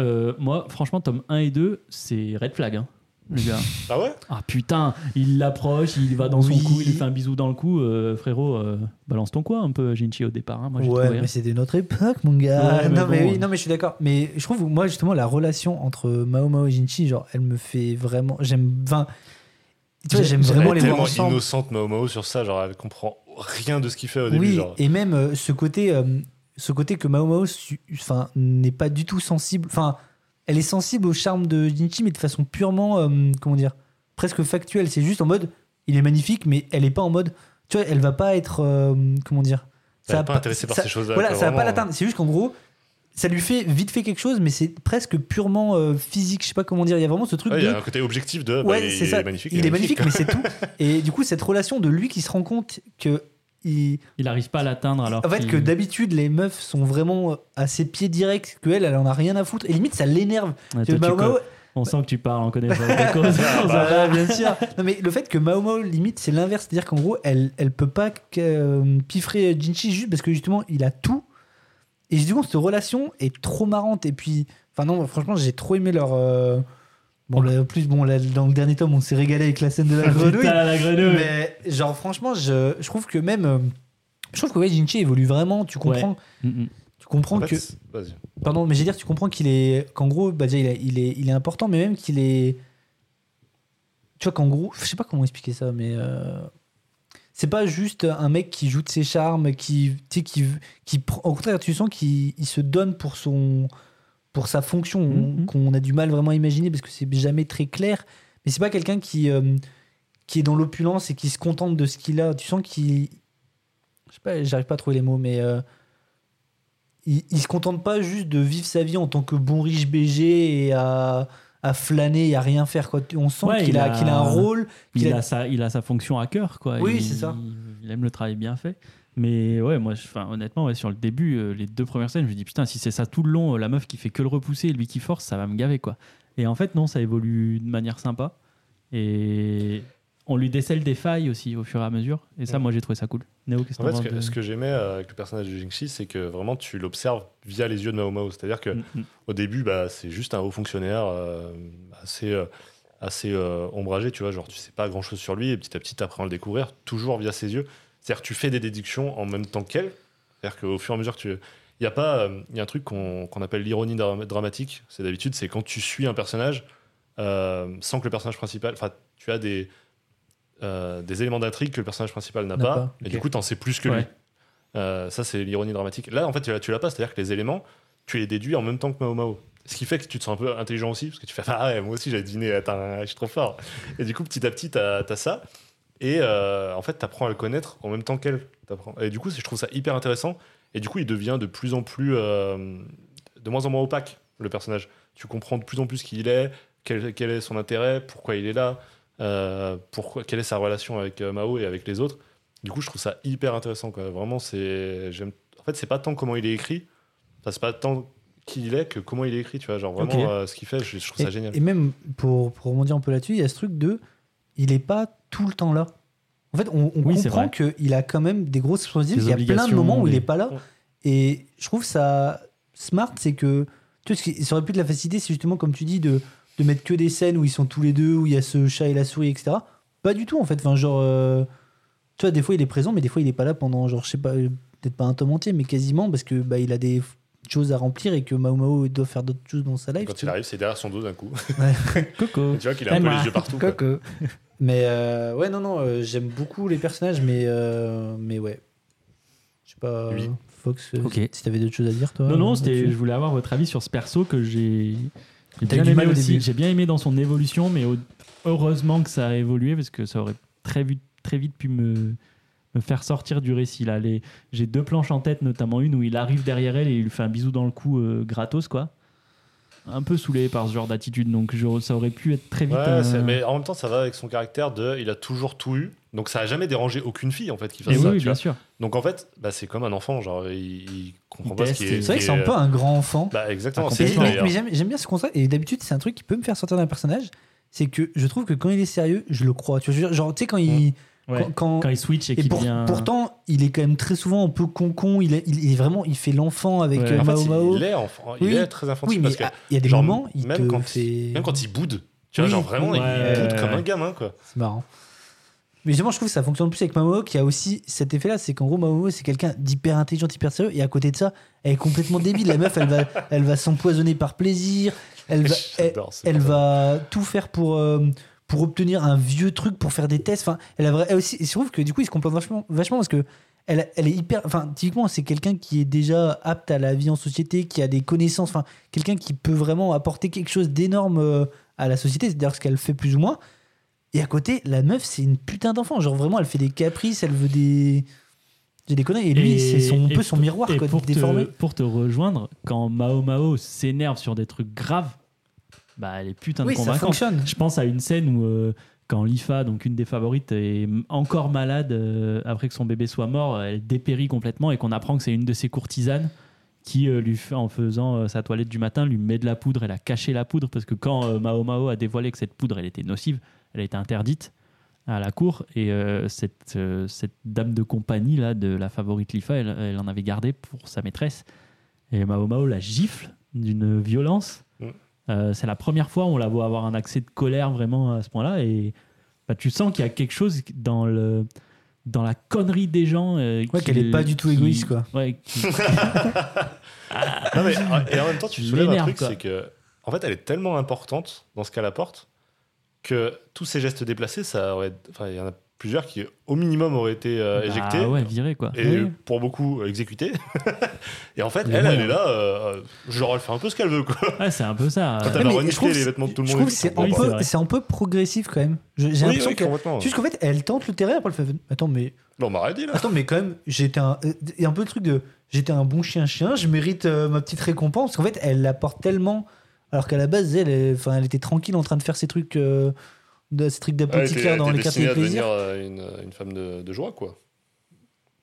Euh, moi, franchement, tome 1 et 2, c'est red flag. Hein, le gars.
Ah ouais
Ah putain, il l'approche, il va dans
Oui.
son cou, il lui fait un bisou dans le cou. euh, frérot, euh, balance ton quoi un peu, Jinchi, au départ. hein. Moi, j'ai
Ouais,
trouvé, hein.
mais c'était notre époque, mon gars.
Ouais, mais
non, mais
bon.
oui, non, mais je suis d'accord. Mais je trouve, que moi, justement, la relation entre Mao Mao et Jinchi, genre, elle me fait vraiment. J'aime. Enfin, tu vois, j'aime
Elle
vraiment
est
les voir
tellement
ensemble.
innocente, Mao Mao, sur ça. Genre, elle comprend rien de ce qu'il fait au début.
Oui,
genre.
et même euh, ce côté, euh, ce côté que Mao Mao su- enfin, n'est pas du tout sensible. Enfin, elle est sensible au charme de Jinchi, mais de façon purement, euh, comment dire, presque factuelle. C'est juste en mode, il est magnifique, mais elle est pas en mode. Tu vois, elle va pas être, euh, comment dire.
Elle
va
est pas intéressée par
ça-
ces choses-là,
Voilà,
quoi,
ça va pas
vraiment.
l'atteindre. C'est juste qu'en gros. Ça lui fait vite fait quelque chose, mais c'est presque purement euh, physique. Je sais pas comment dire. Il y a vraiment ce truc
Ouais, Ah, il
de.
y a un côté objectif de. bah,
Ouais,
il,
c'est ça.
est magnifique.
il est magnifique, mais c'est tout. Et du coup, cette relation de lui qui se rend compte que il,
Il arrive pas à l'atteindre alors.
en fait,
qu'il-
que d'habitude, les meufs sont vraiment à ses pieds directs, que elle, elle en a rien à foutre. Et limite, ça l'énerve.
Ouais,
Que
Ah, toi, tu
Mao
co-
Mao-
On sent que tu parles en connaissance de cause.
Ah bah, bien sûr. Non, mais le fait que Mao Mao, limite, c'est l'inverse. C'est-à-dire qu'en gros, elle, elle peut pas que- euh, piffrer Jinchi juste parce que justement, il a tout. Et du coup, cette relation est trop marrante. Et puis, enfin, non, franchement, j'ai trop aimé leur. euh, Bon, là, en plus, bon, là, dans le dernier tome, on s'est régalé avec la scène de la grenouille.
Ah, Putain, la grenouille.
Mais genre, franchement, je, je trouve que même. euh, Je trouve que ouais, Jinchi évolue vraiment. Tu comprends.
Mm, mm.
Tu comprends
En fait,
que.
c'est- Vas-y.
Pardon, mais j'ai dire, tu comprends qu'il est. Qu'en gros, bah, déjà, il, est- il est, il est important, mais même qu'il est. Tu vois qu'en gros, je sais pas comment expliquer ça, mais. euh, C'est pas juste un mec qui joue de ses charmes, qui. Tu sais, qui. qui pr- au contraire, tu sens qu'il il se donne pour son. pour sa fonction,
Mhm.
qu'on a du mal vraiment à imaginer parce que c'est jamais très clair. Mais c'est pas quelqu'un qui. euh, qui est dans l'opulence et qui se contente de ce qu'il a. Tu sens qu'il. Je sais pas, j'arrive pas à trouver les mots, mais. euh, il, il se contente pas juste de vivre sa vie en tant que bon riche BG et à, à flâner et à rien faire. Quoi. On sent
Ouais,
qu'il
il
a,
a-
qu'il a un rôle. qu'il
Il,
a-
a sa, il a sa fonction à cœur, quoi.
Oui,
Il-
c'est ça.
Il aime le travail bien fait. Mais ouais, moi, je- enfin, honnêtement, ouais, sur le début, euh, les deux premières scènes, je me dis putain, si c'est ça tout le long, euh, la meuf qui fait que le repousser et lui qui force, ça va me gaver, quoi. Et en fait, non, ça évolue de manière sympa. Et on lui décèle des failles aussi au fur et à mesure. Et ça,
Mm.
Ouais.
moi, j'ai trouvé ça cool. Néo, qu'est-ce
En
que
fait,
t'en
ce que,
penses
ce
de-
que j'aimais euh, avec le personnage de Jingxi, c'est que vraiment tu l'observes via les yeux de Mao Mao. C'est-à-dire que
Mm, mm.
au début, bah, c'est juste un haut fonctionnaire euh, assez, euh, assez euh, ombragé, tu vois. Genre, tu sais pas grand chose sur lui, et petit à petit, tu apprends à le découvrir, toujours via ses yeux. C'est-à-dire que tu fais des déductions en même temps qu'elle. C'est-à-dire qu'au fur et à mesure que tu. Il y a pas, euh, il y a un truc qu'on qu'on appelle l'ironie dra- dramatique. C'est d'habitude, c'est quand tu suis un personnage euh, sans que le personnage principal, enfin, tu as des euh, des éléments d'intrigue que le personnage principal n'a
N'a
pas,
pas,
et
ok.
du coup, t'en sais plus que lui.
Ouais.
Euh, ça, c'est l'ironie dramatique. Là, en fait, tu l'as- tu l'as pas, c'est-à-dire que les éléments, tu les déduis en même temps que Mao Mao. Ce qui fait que tu te sens un peu intelligent aussi, parce que tu fais Ah ouais, moi aussi j'ai dîné, attends, je suis trop fort. Et du coup, petit à petit, t'as as ça. Et euh, en fait, t'apprends à le connaître en même temps qu'elle. T'apprends- Et du coup, c'est- je trouve ça hyper intéressant. Et du coup, il devient de plus en plus. euh, de moins en moins opaque, le personnage. Tu comprends de plus en plus qui il est, quel, quel est son intérêt, pourquoi il est là, euh, pourquoi, quelle est sa relation avec euh, Mao et avec les autres. Du coup, je trouve ça hyper intéressant. Quoi. Vraiment, c'est. j'aime- En fait, c'est pas tant comment il est écrit, enfin, c'est pas tant qui il est que comment il est écrit, tu vois. Genre, vraiment,
Ok.
euh, ce qu'il fait, je, je trouve
Et,
ça génial.
et même pour, pour rebondir un peu là-dessus, il y a ce truc de il est pas tout le temps là. En fait, on, on
Oui, c'est
comprend
vrai.
qu'il a quand même des grosses
Des
responsibilités. Il y a plein de
obligations,
moments où il
des-
est pas là. Et je trouve ça smart, c'est que tu vois, ce qui- ça aurait pu être de la facilité, c'est justement comme tu dis de, de mettre que des scènes où ils sont tous les deux, où il y a ce chat et la souris, etc. Pas du tout en fait. Enfin, genre, euh, tu vois, des fois il est présent, mais des fois il est pas là pendant, genre, je sais pas, euh, peut-être pas un tome entier, mais quasiment parce que bah, il a des choses à remplir et que Mao Mao doit faire d'autres choses dans sa life.
Quand
tu
il
vois.
arrive, c'est derrière son dos d'un coup.
Coco.
tu vois qu'il a un
Et
peu
moi.
les yeux partout. quoi.
Mais euh, ouais, non, non, euh, j'aime beaucoup les personnages, mais, euh, mais ouais. Je sais pas,
Oui.
Fox, euh,
Ok.
si t'avais d'autres choses à dire, toi euh,
Non, non,
là-dessus
c'était, je voulais avoir votre avis sur ce perso que j'ai j'ai
T'as eu
bien
du
aimé
mal au
aussi.
début.
J'ai bien aimé dans son évolution, mais au- heureusement que ça a évolué parce que ça aurait très vite, très vite pu me, me faire sortir du récit. Là, Les- j'ai deux planches en tête, notamment une où il arrive derrière elle et il lui fait un bisou dans le cou euh, gratos, quoi. Un peu saoulé par ce genre d'attitude, donc je- ça aurait pu être très vite. euh,
Ouais,
un-
c'est- mais en même temps, ça va avec son caractère de il a toujours tout eu. Donc ça a jamais dérangé aucune fille en fait qui
Et
fasse
oui,
ça.
oui,
tu
bien
vois.
sûr.
Donc en fait, bah, c'est comme un enfant, genre il, il comprend
Il
pas
teste
ce qui est.
et-
C'est vrai que
qui
c'est un
est-
peu un grand enfant.
Bah exactement,
Ah,
c'est
Mais-
ça,
mais
d'ailleurs.
mais j'aime j'aime bien ce concept, et d'habitude, c'est un truc qui peut me faire sortir d'un personnage, c'est que je trouve que quand il est sérieux, je le crois. Tu vois, je veux dire, genre, tu sais, quand il.
Ouais.
quand- quand-
Quand il switch et
et
qu'il
pour-
devient-
pourtant, il est quand même très souvent un peu con-con, il, est- il, il est vraiment, il fait l'enfant avec
Ouais.
euh,
En fait,
Mao
il-
Mao.
il est enfant, il
Oui.
est très infantile
Oui, mais
parce que
ah, il y a des
genre,
moments, il
même
te
quand-
fait-
même quand il boude, tu vois,
Oui.
genre vraiment
Ouais.
il boude comme un gamin quoi.
C'est marrant. Mais justement, je trouve que ça fonctionne plus avec Mao qui a aussi cet effet-là, c'est qu'en gros, Mao c'est quelqu'un d'hyper intelligent, hyper sérieux, et à côté de ça, elle est complètement débile. La meuf, elle va, elle va s'empoisonner par plaisir, elle va, elle,
J'adore ce
elle
concept.
va tout faire pour, euh, pour obtenir un vieux truc, pour faire des tests. Enfin, elle a vra- elle aussi, et je trouve que du coup, il se complète vachement, vachement parce que elle, elle est hyper. Enfin, typiquement, c'est quelqu'un qui est déjà apte à la vie en société, qui a des connaissances, enfin, quelqu'un qui peut vraiment apporter quelque chose d'énorme euh, à la société, c'est d'ailleurs ce qu'elle fait plus ou moins. Et à côté, la meuf, c'est une putain d'enfant. Genre vraiment, elle fait des caprices, elle veut des. J'ai des conneries. Et lui,
Et-
c'est son, un
et
peu son
pour-
miroir,
et
quoi,
pour
déformé.
Te, pour te rejoindre, quand Mao Mao s'énerve sur des trucs graves, bah elle est putain
Oui,
de
ça
convaincante.
fonctionne.
Je pense à une scène où euh, quand Lifa, donc une des favorites, est m- encore malade euh, après que son bébé soit mort, elle dépérit complètement et qu'on apprend que c'est une de ses courtisanes qui euh, lui fait, en faisant euh, sa toilette du matin lui met de la poudre. Elle a caché la poudre parce que quand euh, Mao Mao a dévoilé que cette poudre elle était nocive, elle a été interdite à la cour et euh, cette, euh, cette dame de compagnie là de la favorite Lifa, elle, elle en avait gardé pour sa maîtresse et Mao Mao la gifle d'une violence.
Mm.
Euh, c'est la première fois où on la voit avoir un accès de colère vraiment à ce point-là et bah, tu sens qu'il y a quelque chose dans le dans la connerie des gens euh,
Ouais,
qui-
qu'elle est pas du tout égoïste, quoi.
ouais, qui-
Non, mais, ah, et en même temps, tu soulèves un
L'énerve,
truc,
quoi.
c'est que, en fait, elle est tellement importante dans ce qu'elle apporte que tous ces gestes déplacés, ça aurait, enfin, il y en a plusieurs qui, au minimum, auraient été euh,
Bah,
éjectés.
ouais, viré quoi.
Et
Ouais.
pour beaucoup euh, exécutés. et en fait,
Mais
elle,
ouais.
elle est là, euh, euh, genre, elle fait un peu ce qu'elle veut, quoi.
Ouais, c'est un peu ça.
Quand
euh,
elle va
mais je
renifler
trouve que
les
c'est-
vêtements de tout le
Je
monde.
trouve que
ils
c'est
sont
un,
Oui,
contents.
c'est
peu-
vrai.
c'est un peu progressif quand même. Je- J'ai
Oui,
l'impression
oui,
que-
complètement.
Juste qu'en fait, elle tente le terrain, après elle fait Attends, mais,
Là, on m'a rien dit, là.
attends, mais quand même, j'étais un. euh, Il y a un peu le truc de J'étais un bon chien-chien, je mérite euh, ma petite récompense. En fait, elle l'apporte tellement. Alors qu'à la base, elle, elle, enfin, elle était tranquille en train de faire ses trucs. euh, de, ses trucs
Elle
d'apothicaire
était-
dans
était
les
destinée
quartiers de
à devenir
plaisir.
euh, une, une femme de, de joie, quoi.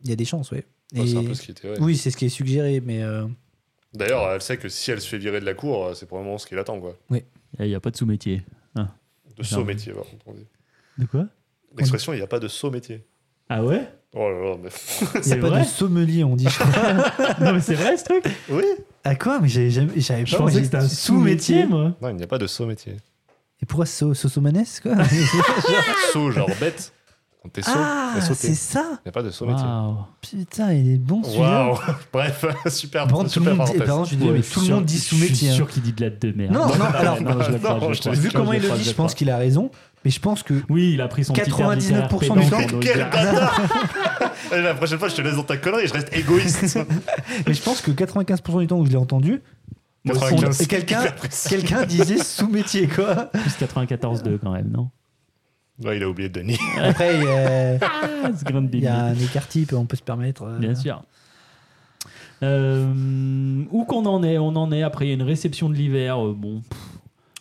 Il y a des chances, ouais.
Enfin, c'est un
Et-
peu ce qui était, ouais.
Oui, c'est ce qui est suggéré, mais. euh,
D'ailleurs, elle sait que si elle se fait virer de la cour, euh, c'est probablement ce qui l'attend, quoi.
Il n'y a pas de sous-métier.
De saut métier, par contre, on dit.
De quoi
L'expression, il n'y a pas de saut métier.
Ah ouais
Oh là là, mais.
Il n'y
C'est
a pas
vrai
de sommelier, on dit. je crois.
Non, mais c'est vrai ce truc
Oui
à quoi Mais j'avais jamais- j'avais pas.
Je
moi,
pensais
j'ai-
que c'était un sous-métier, moi.
Non, il n'y a pas de saut métier.
Ah,
Et pourquoi so, Sosomanes, quoi
Saut, genre bête. Quand t'es saut,
Ah,
t'as sauté.
c'est ça
Il n'y a pas de saut métier.
Waouh.
Putain, il est bon celui-là.
Waouh Bref, super,
Bon, tout le
super
monde, et
parenthèse.
par contre, je lui dis, mais
Je suis
tout le
sûr-
monde dit
Je suis
sous-métier. hein.
sûr qu'il dit de la de merde.
Non, non, alors,
non, je le crois,
non,
je le
je-
crois.
vu comment il le
crois,
dit, je
crois.
pense qu'il a raison. Mais je pense que
Oui, il a pris son petit air
99%
littéraire
du
pédant
temps.
pour nous
Quel
dire-
bâtard Allez, La prochaine fois, je te laisse dans ta connerie, je reste égoïste.
Mais je pense que 95% du temps où je l'ai entendu, on-
95,
et quelqu'un
hyper précis.
quelqu'un disait sous-métier, quoi.
Plus 94-2 quand même, non
Ouais, il a oublié de Denis.
Après, il y a-
Ah, ce grain de
il y,
bébé.
a un écart type, on peut se permettre. euh,
Bien sûr. Euh, où qu'on en est, on en est. Après, il y a une réception de l'hiver. euh, bon,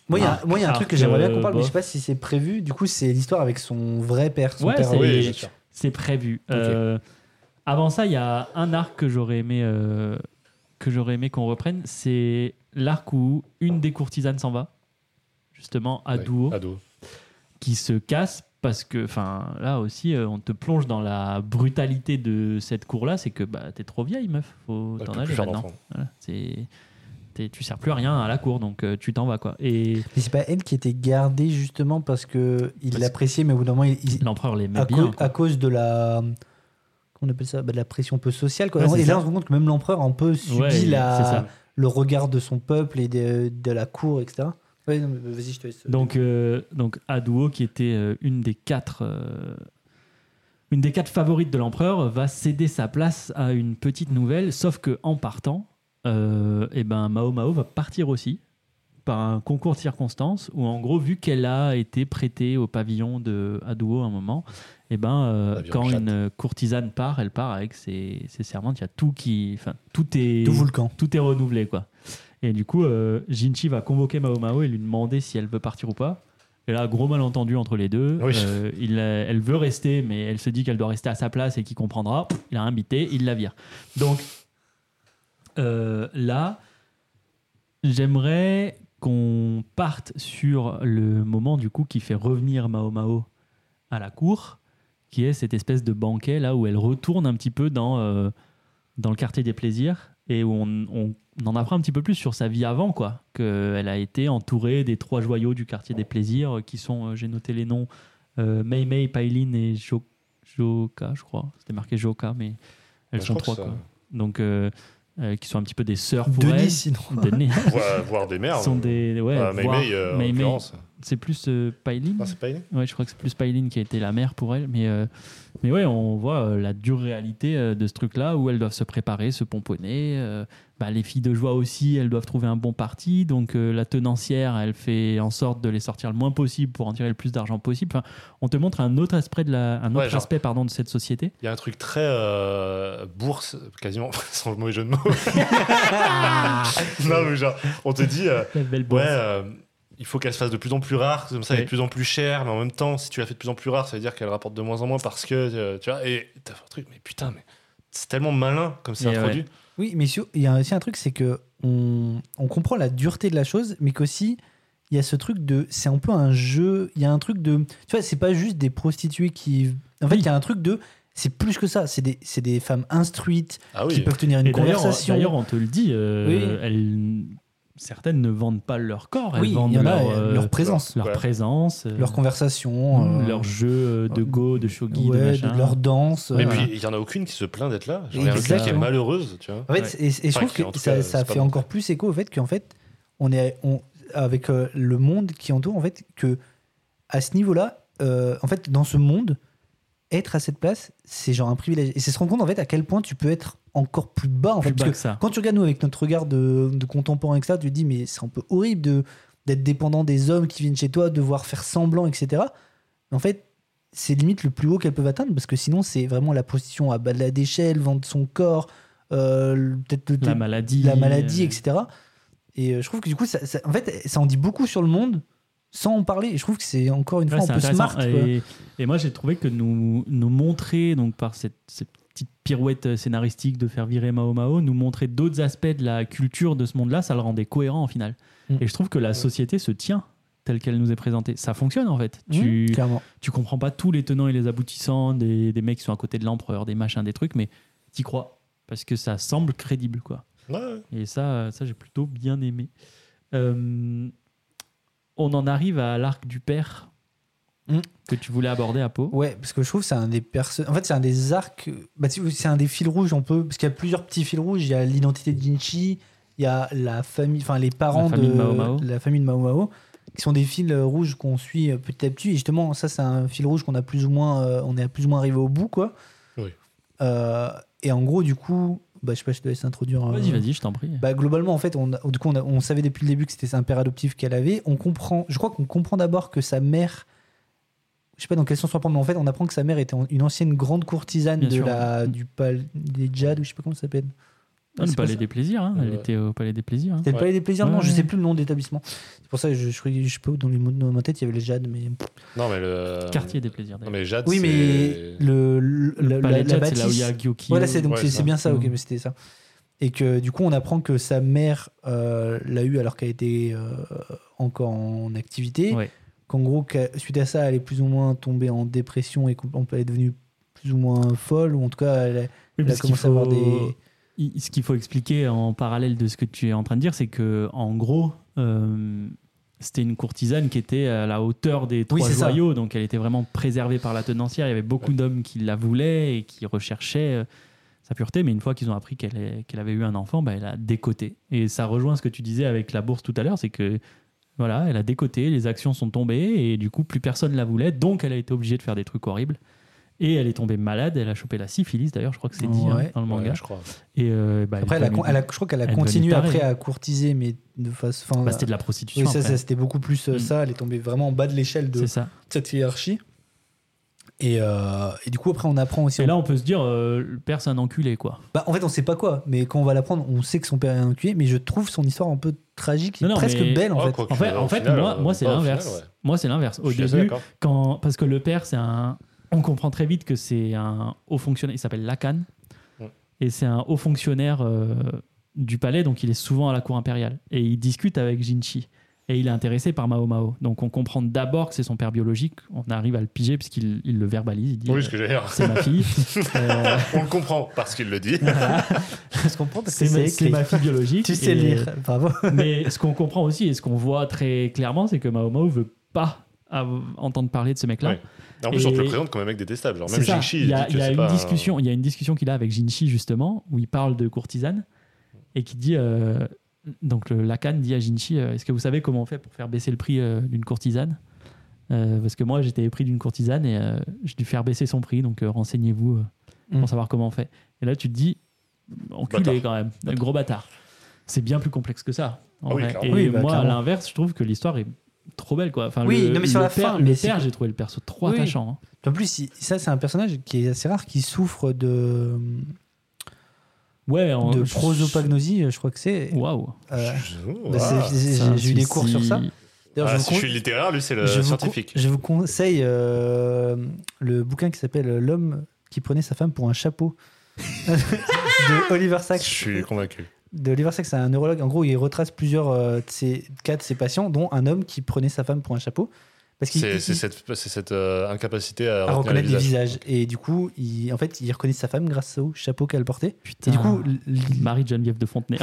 Moi, il y a,
Ah,
moi, il y a un
ah,
truc que j'aimerais bien qu'on parle,
euh, bah.
mais je sais pas si c'est prévu. Du coup, c'est l'histoire avec son vrai père. Son
Ouais,
père euh,
c'est-
Oui,
Et-
bien sûr.
c'est prévu. Euh, avant ça, il y a un arc que j'aurais aimé euh, que j'aurais aimé qu'on reprenne. C'est l'arc où une des courtisanes s'en va, justement à
Ouais,
Duo,
Ado.
qui se casse parce que, enfin, là aussi, euh, on te plonge dans la brutalité de cette cour-là. C'est que bah, t'es trop vieille, meuf. Faut
Bah,
Ouais,
t'en
plus
aller
faire
maintenant.
d'enfant.
Voilà, c'est t'es- tu sers plus à rien à la cour, donc euh, tu t'en vas quoi. Et
Mais c'est pas elle qui était gardée justement parce que il
Parce-
l'appréciait, mais au bout d'un moment, il, il-
l'empereur les met
à,
bien.
cause- à cause de la. Comment on appelle ça Bah, De la pression un peu sociale. Quoi.
Ouais, c'est
et là,
ça.
on se rend compte que même l'empereur un peu subit
Ouais,
la-
c'est ça.
le regard de son peuple et de, de la cour, etc. Ouais, non, mais vas-y, je te laisse.
Donc euh, donc Aduo qui était euh, une des quatre euh, une des quatre favorites de l'empereur va céder sa place à une petite nouvelle, sauf que en partant, euh, eh ben Mao Mao va partir aussi par un concours de circonstances où en gros vu qu'elle a été prêtée au pavillon de Aduo à un moment, eh ben euh,
Pavillon
quand
chatte.
une courtisane part, elle part avec ses, ses servantes, il y a tout qui enfin tout est
Tout volcan.
tout est renouvelé quoi. Et du coup, euh, Jinchi va convoquer Mao Mao et lui demander si elle veut partir ou pas. Et là, gros malentendu entre les deux.
Oui.
Euh, il, euh, elle veut rester, mais elle se dit qu'elle doit rester à sa place et qu'il comprendra. Pff, Il a invité, il la vire. Donc euh, là, j'aimerais qu'on parte sur le moment du coup qui fait revenir Mao Mao à la cour, qui est cette espèce de banquet là où elle retourne un petit peu dans euh, dans le quartier des plaisirs et où on, on- on en apprend un petit peu plus sur sa vie avant, quoi. Qu'elle a été entourée des trois joyaux du quartier des plaisirs euh, qui sont, euh, j'ai noté les noms, euh, Mei Mei, Pailin et Jo- Joka, je crois. C'était marqué Joka, mais elles
Bah, je
sont
crois que
trois,
ça-
quoi. Donc, euh, euh, qui sont un petit peu des sœurs pour
Denis, sinon.
elle. Denis.
Voir- Voir des mères.
sont des. Ouais,
Ah, Mei
voire-
Mei, euh, en
Mei Mei.
l'occurrence.
C'est plus euh, Pailin
Non, c'est pas elle
Ouais, je crois que c'est plus Pailin qui a été la mère pour elle. Mais, euh, mais ouais, on voit euh, la dure réalité euh, de ce truc-là où elles doivent se préparer, se pomponner. euh, bah, les filles de joie aussi, elles doivent trouver un bon parti. Donc euh, la tenancière, elle fait en sorte de les sortir le moins possible pour en tirer le plus d'argent possible. Enfin, on te montre un autre aspect de, la, un autre
Ouais, genre-
aspect, pardon, de cette société.
Il y a un truc très euh, bourse, quasiment, sans le mauvais jeu de mots. non, mais genre, on te dit, euh,
La belle
ouais,
bourse.
euh, il faut qu'elle se fasse de plus en plus rare, comme ça, elle est
Ouais.
de plus en plus chère, mais en même temps, si tu la fais de plus en plus rare, ça veut dire qu'elle rapporte de moins en moins parce que, euh, tu vois, et t'as fait un truc, mais putain, mais c'est tellement malin comme c'est
Et ouais.
introduit.
Oui, mais sur- il y a aussi un truc, c'est que on, on comprend la dureté de la chose, mais qu'aussi il y a ce truc de, c'est un peu un jeu. Il y a un truc de, tu vois, c'est pas juste des prostituées qui. En fait, il y a un truc de, c'est plus que ça. C'est des, c'est des femmes instruites
Ah
qui
oui,
peuvent tenir une
Et d'ailleurs,
conversation.
d'ailleurs, on te le dit, euh,
Oui.
elles- certaines ne vendent pas leur corps, elles
oui, il
vendent
y en a
leur,
euh,
euh,
leur présence,
leur
Ouais.
présence, euh,
leur conversation,
Mmh,
euh,
leur jeu de go, de shogi,
ouais,
de
de-
machin.
leur danse.
mais
euh,
puis il y en a aucune qui se plaint d'être là. Genre, il y en a aucune qui est
Exactement.
malheureuse, tu vois.
En fait,
Ouais.
et, et je
hein. Enfin,
trouve
qui,
que
en tout
ça,
cas,
ça
c'est pas
fait
bon.
encore plus écho au fait qu'en fait, on est on, avec euh, le monde qui entoure, en fait, que à ce niveau-là, euh, en fait, dans ce monde, être à cette place, c'est genre un privilège. Et c'est se rendre compte, en fait, à quel point tu peux être encore plus bas, en
Plus
fait.
bas
parce
que ça.
Quand tu regardes, nous, avec notre regard de, de contemporain, etc., tu te dis, mais c'est un peu horrible de, d'être dépendant des hommes qui viennent chez toi, devoir faire semblant, etc. Mais en fait, c'est limite le plus haut qu'elles peuvent atteindre, parce que sinon, c'est vraiment la prostitution à balade échelle, vendre son corps, euh, le- peut-être le-
la maladie.
la maladie,
euh,
etc. Et euh, je trouve que du coup, ça, ça- en fait, ça en dit beaucoup sur le monde sans en parler. Et je trouve que c'est encore une
ouais,
fois
c'est
un peu
intéressant.
smart. quoi.
Et, et moi, j'ai trouvé que nous, nous montrer, donc par cette, cette petite pirouette euh, scénaristique de faire virer Mao Mao, nous montrer d'autres aspects de la culture de ce monde-là, ça le rendait cohérent en final.
Mm.
Et je trouve que la société se tient telle qu'elle nous est présentée. Ça fonctionne en fait. Tu,
Mmh, clairement.
tu comprends pas tous les tenants et les aboutissants des, des mecs qui sont à côté de l'empereur, des machins, des trucs, mais t'y crois. Parce que ça semble crédible, quoi.
Ouais, ouais.
Et ça, euh, ça j'ai plutôt bien aimé. Euh, on en arrive à l'arc du père
Mm.
que tu voulais aborder à Pau.
Ouais, parce que je trouve que c'est un des perso- En fait, c'est un des arcs. bah, tu- c'est un des fils rouges, on peut. Parce qu'il y a plusieurs petits fils rouges. Il y a l'identité de Jinchi, il y a la famille, enfin les parents
La famille
de,
de Mao Mao.
la famille de Mao Mao, qui sont des fils euh, rouges qu'on suit euh, petit à petit. Et justement, ça, c'est un fil rouge qu'on a plus ou moins. euh, on est à plus ou moins arrivé au bout, quoi.
Oui.
Euh, et en gros, du coup, bah, je sais pas, je te laisse introduire. euh,
Vas-y, vas-y, je t'en prie.
bah, globalement, en fait, on, a- du coup, on, a- on savait depuis le début que c'était un père adoptif qu'elle avait. On comprend, je crois qu'on comprend d'abord que sa mère, je sais pas dans quel sens on prend, mais en fait, on apprend que sa mère était en- une ancienne grande courtisane
Bien
de
sûr.
la, du palais des Jades, ou je sais pas comment ça s'appelle.
Non,
c'est
Ah, le
pas
Palais
ça.
des Plaisirs, hein. elle
Ouais.
était au Palais des Plaisirs. hein.
C'était le
Ouais.
palais des plaisirs, non,
Ouais,
je
ouais.
sais plus le nom d'établissement. C'est pour ça que je, je, croyais- je sais pas où dans, les mots de dans ma tête il y avait les Jades, mais.
Non, mais le.
Quartier des Plaisirs.
Non,
d'ailleurs.
mais Jade,
Oui, mais
c'est-
le, le- la,
Palais
la-
des
la
Jade, c'est là où il y a
bâtisse-
Gyokyo.
Voilà, c'est donc
Ouais,
c'est- c'est
ça.
bien ça, ok,
Mm.
mais c'était ça. Et que du coup, on apprend que sa mère euh, l'a eu alors qu'elle était euh, encore en activité.
Ouais.
Qu'en gros, qu'à- suite à ça, elle est plus ou moins tombée en dépression et qu'elle est devenue plus ou moins folle, ou en tout cas, elle,
Oui,
elle
parce
a
qu'il
commencé à avoir
faut-
des.
il- Ce qu'il faut expliquer en parallèle de ce que tu es en train de dire, c'est que en gros, euh, c'était une courtisane qui était à la hauteur des trois
c'est ça.
joyaux, donc elle était vraiment préservée par la tenancière. Il y avait beaucoup d'hommes qui la voulaient et qui recherchaient euh, sa pureté, mais une fois qu'ils ont appris qu'elle est- qu'elle avait eu un enfant, bah, elle a décoté. Et ça rejoint ce que tu disais avec la bourse tout à l'heure, c'est que voilà, elle a décoté, les actions sont tombées et du coup plus personne la voulait, donc elle a été obligée de faire des trucs horribles. Et elle est tombée malade, elle a chopé la syphilis d'ailleurs, je crois que c'est dit hein,
Ouais.
dans le
Ouais,
manga.
je crois. Ah,
Et euh, bah,
Après, elle a,
devenue-
con- elle a- je crois qu'elle a
elle
continué
devenait
après
tarée.
à courtiser, mais de façon. enfin,
bah, c'était de la prostitution.
euh, oui, ça,
après.
ça, c'était beaucoup plus euh,
Mm.
ça. Elle est tombée vraiment en bas de l'échelle de
c'est ça.
cette hiérarchie. Et, euh, et du coup, après, on apprend aussi.
Et là, on peut se dire, euh, le père, c'est un enculé, quoi.
Bah, en fait, on sait pas quoi, mais quand on va l'apprendre, on sait que son père est un enculé, mais je trouve son histoire un peu tragique et
Non, non,
presque
mais-
belle en
Oh,
fait.
quoique,
En fait,
au
en fait
final,
moi,
euh,
moi, c'est
pas au
l'inverse.
final, ouais.
Moi, c'est l'inverse. Au
Je suis assez
début,
d'accord.
quand... parce que le père, c'est un. On comprend très vite que c'est un haut fonctionnaire. Il s'appelle Lacan.
Mm.
Et c'est un haut fonctionnaire euh, du palais, donc il est souvent à la cour impériale. Et il discute avec Jinchi. Et il est intéressé par Mao Mao. Donc on comprend d'abord que c'est son père biologique. On arrive à le piger, puisqu'il il le verbalise. Il dit
Oui,
euh,
ce que j'allais dire.
c'est ma fille. Euh,
On le comprend parce qu'il le dit.
Parce qu'on comprend parce que
c'est ma, c'est
écrit.
ma fille biologique.
Tu sais
Et-
lire, bravo.
Mais ce qu'on comprend aussi et ce qu'on voit très clairement, c'est que Mao Mao veut pas av- entendre parler de ce mec-là.
Ouais. En plus, on te
Et-
le présente comme un mec détestable. Genre,
C'est
même
ça.
Jinchi,
il y a,
dit que
il y a
c'est
une
pas un-
discussion, il y a une discussion qu'il a avec Jinchi justement où il parle de courtisane et qui dit euh, donc le Lacan dit à Jinchi euh, est-ce que vous savez comment on fait pour faire baisser le prix euh, d'une courtisane Euh, parce que moi j'étais épris d'une courtisane et euh, j'ai dû faire baisser son prix donc euh, renseignez-vous euh, pour
Mm.
savoir comment on fait. Et là tu te dis enculé
Bâtard.
quand même,
Bâtard.
gros bâtard. C'est bien plus complexe que ça. en
Ah oui,
vrai.
clairement.
et
Oui, bah,
moi à
clairement.
l'inverse je trouve que l'histoire est trop belle quoi. Enfin,
Oui,
le,
non, mais sur
le
la
père,
fin,
le
mais c'est-
père, j'ai trouvé le perso trop
Oui.
attachant. hein.
En plus, il- ça, c'est un personnage qui est assez rare, qui souffre de,
Ouais, en-
de prosopagnosie, je crois que c'est.
Waouh.
Euh,
Oh,
bah,
ah.
c'est- j'ai-
Ça,
J'ai j'ai eu des
si-
cours sur ça.
si-
D'ailleurs,
Ah,
je vous
si je
con-
suis littéraire, lui, c'est le
je vous con-
scientifique.
je vous conseille euh, le bouquin qui s'appelle L'homme qui prenait sa femme pour un chapeau de Oliver
Je
Sacks.
suis convaincu.
de Oliver Sacks, c'est un neurologue. En gros, il retrace plusieurs euh, de ses, cas de ses patients, dont un homme qui prenait sa femme pour un chapeau. Parce qu'il
C'est
il-
c'est cette, c'est cette euh, incapacité à,
à reconnaître les
les
visages. Et du coup, il, en fait, il reconnaît sa femme grâce au chapeau qu'elle portait.
Putain.
Et du coup, l- l-
Marie-Geneviève de Fontenay.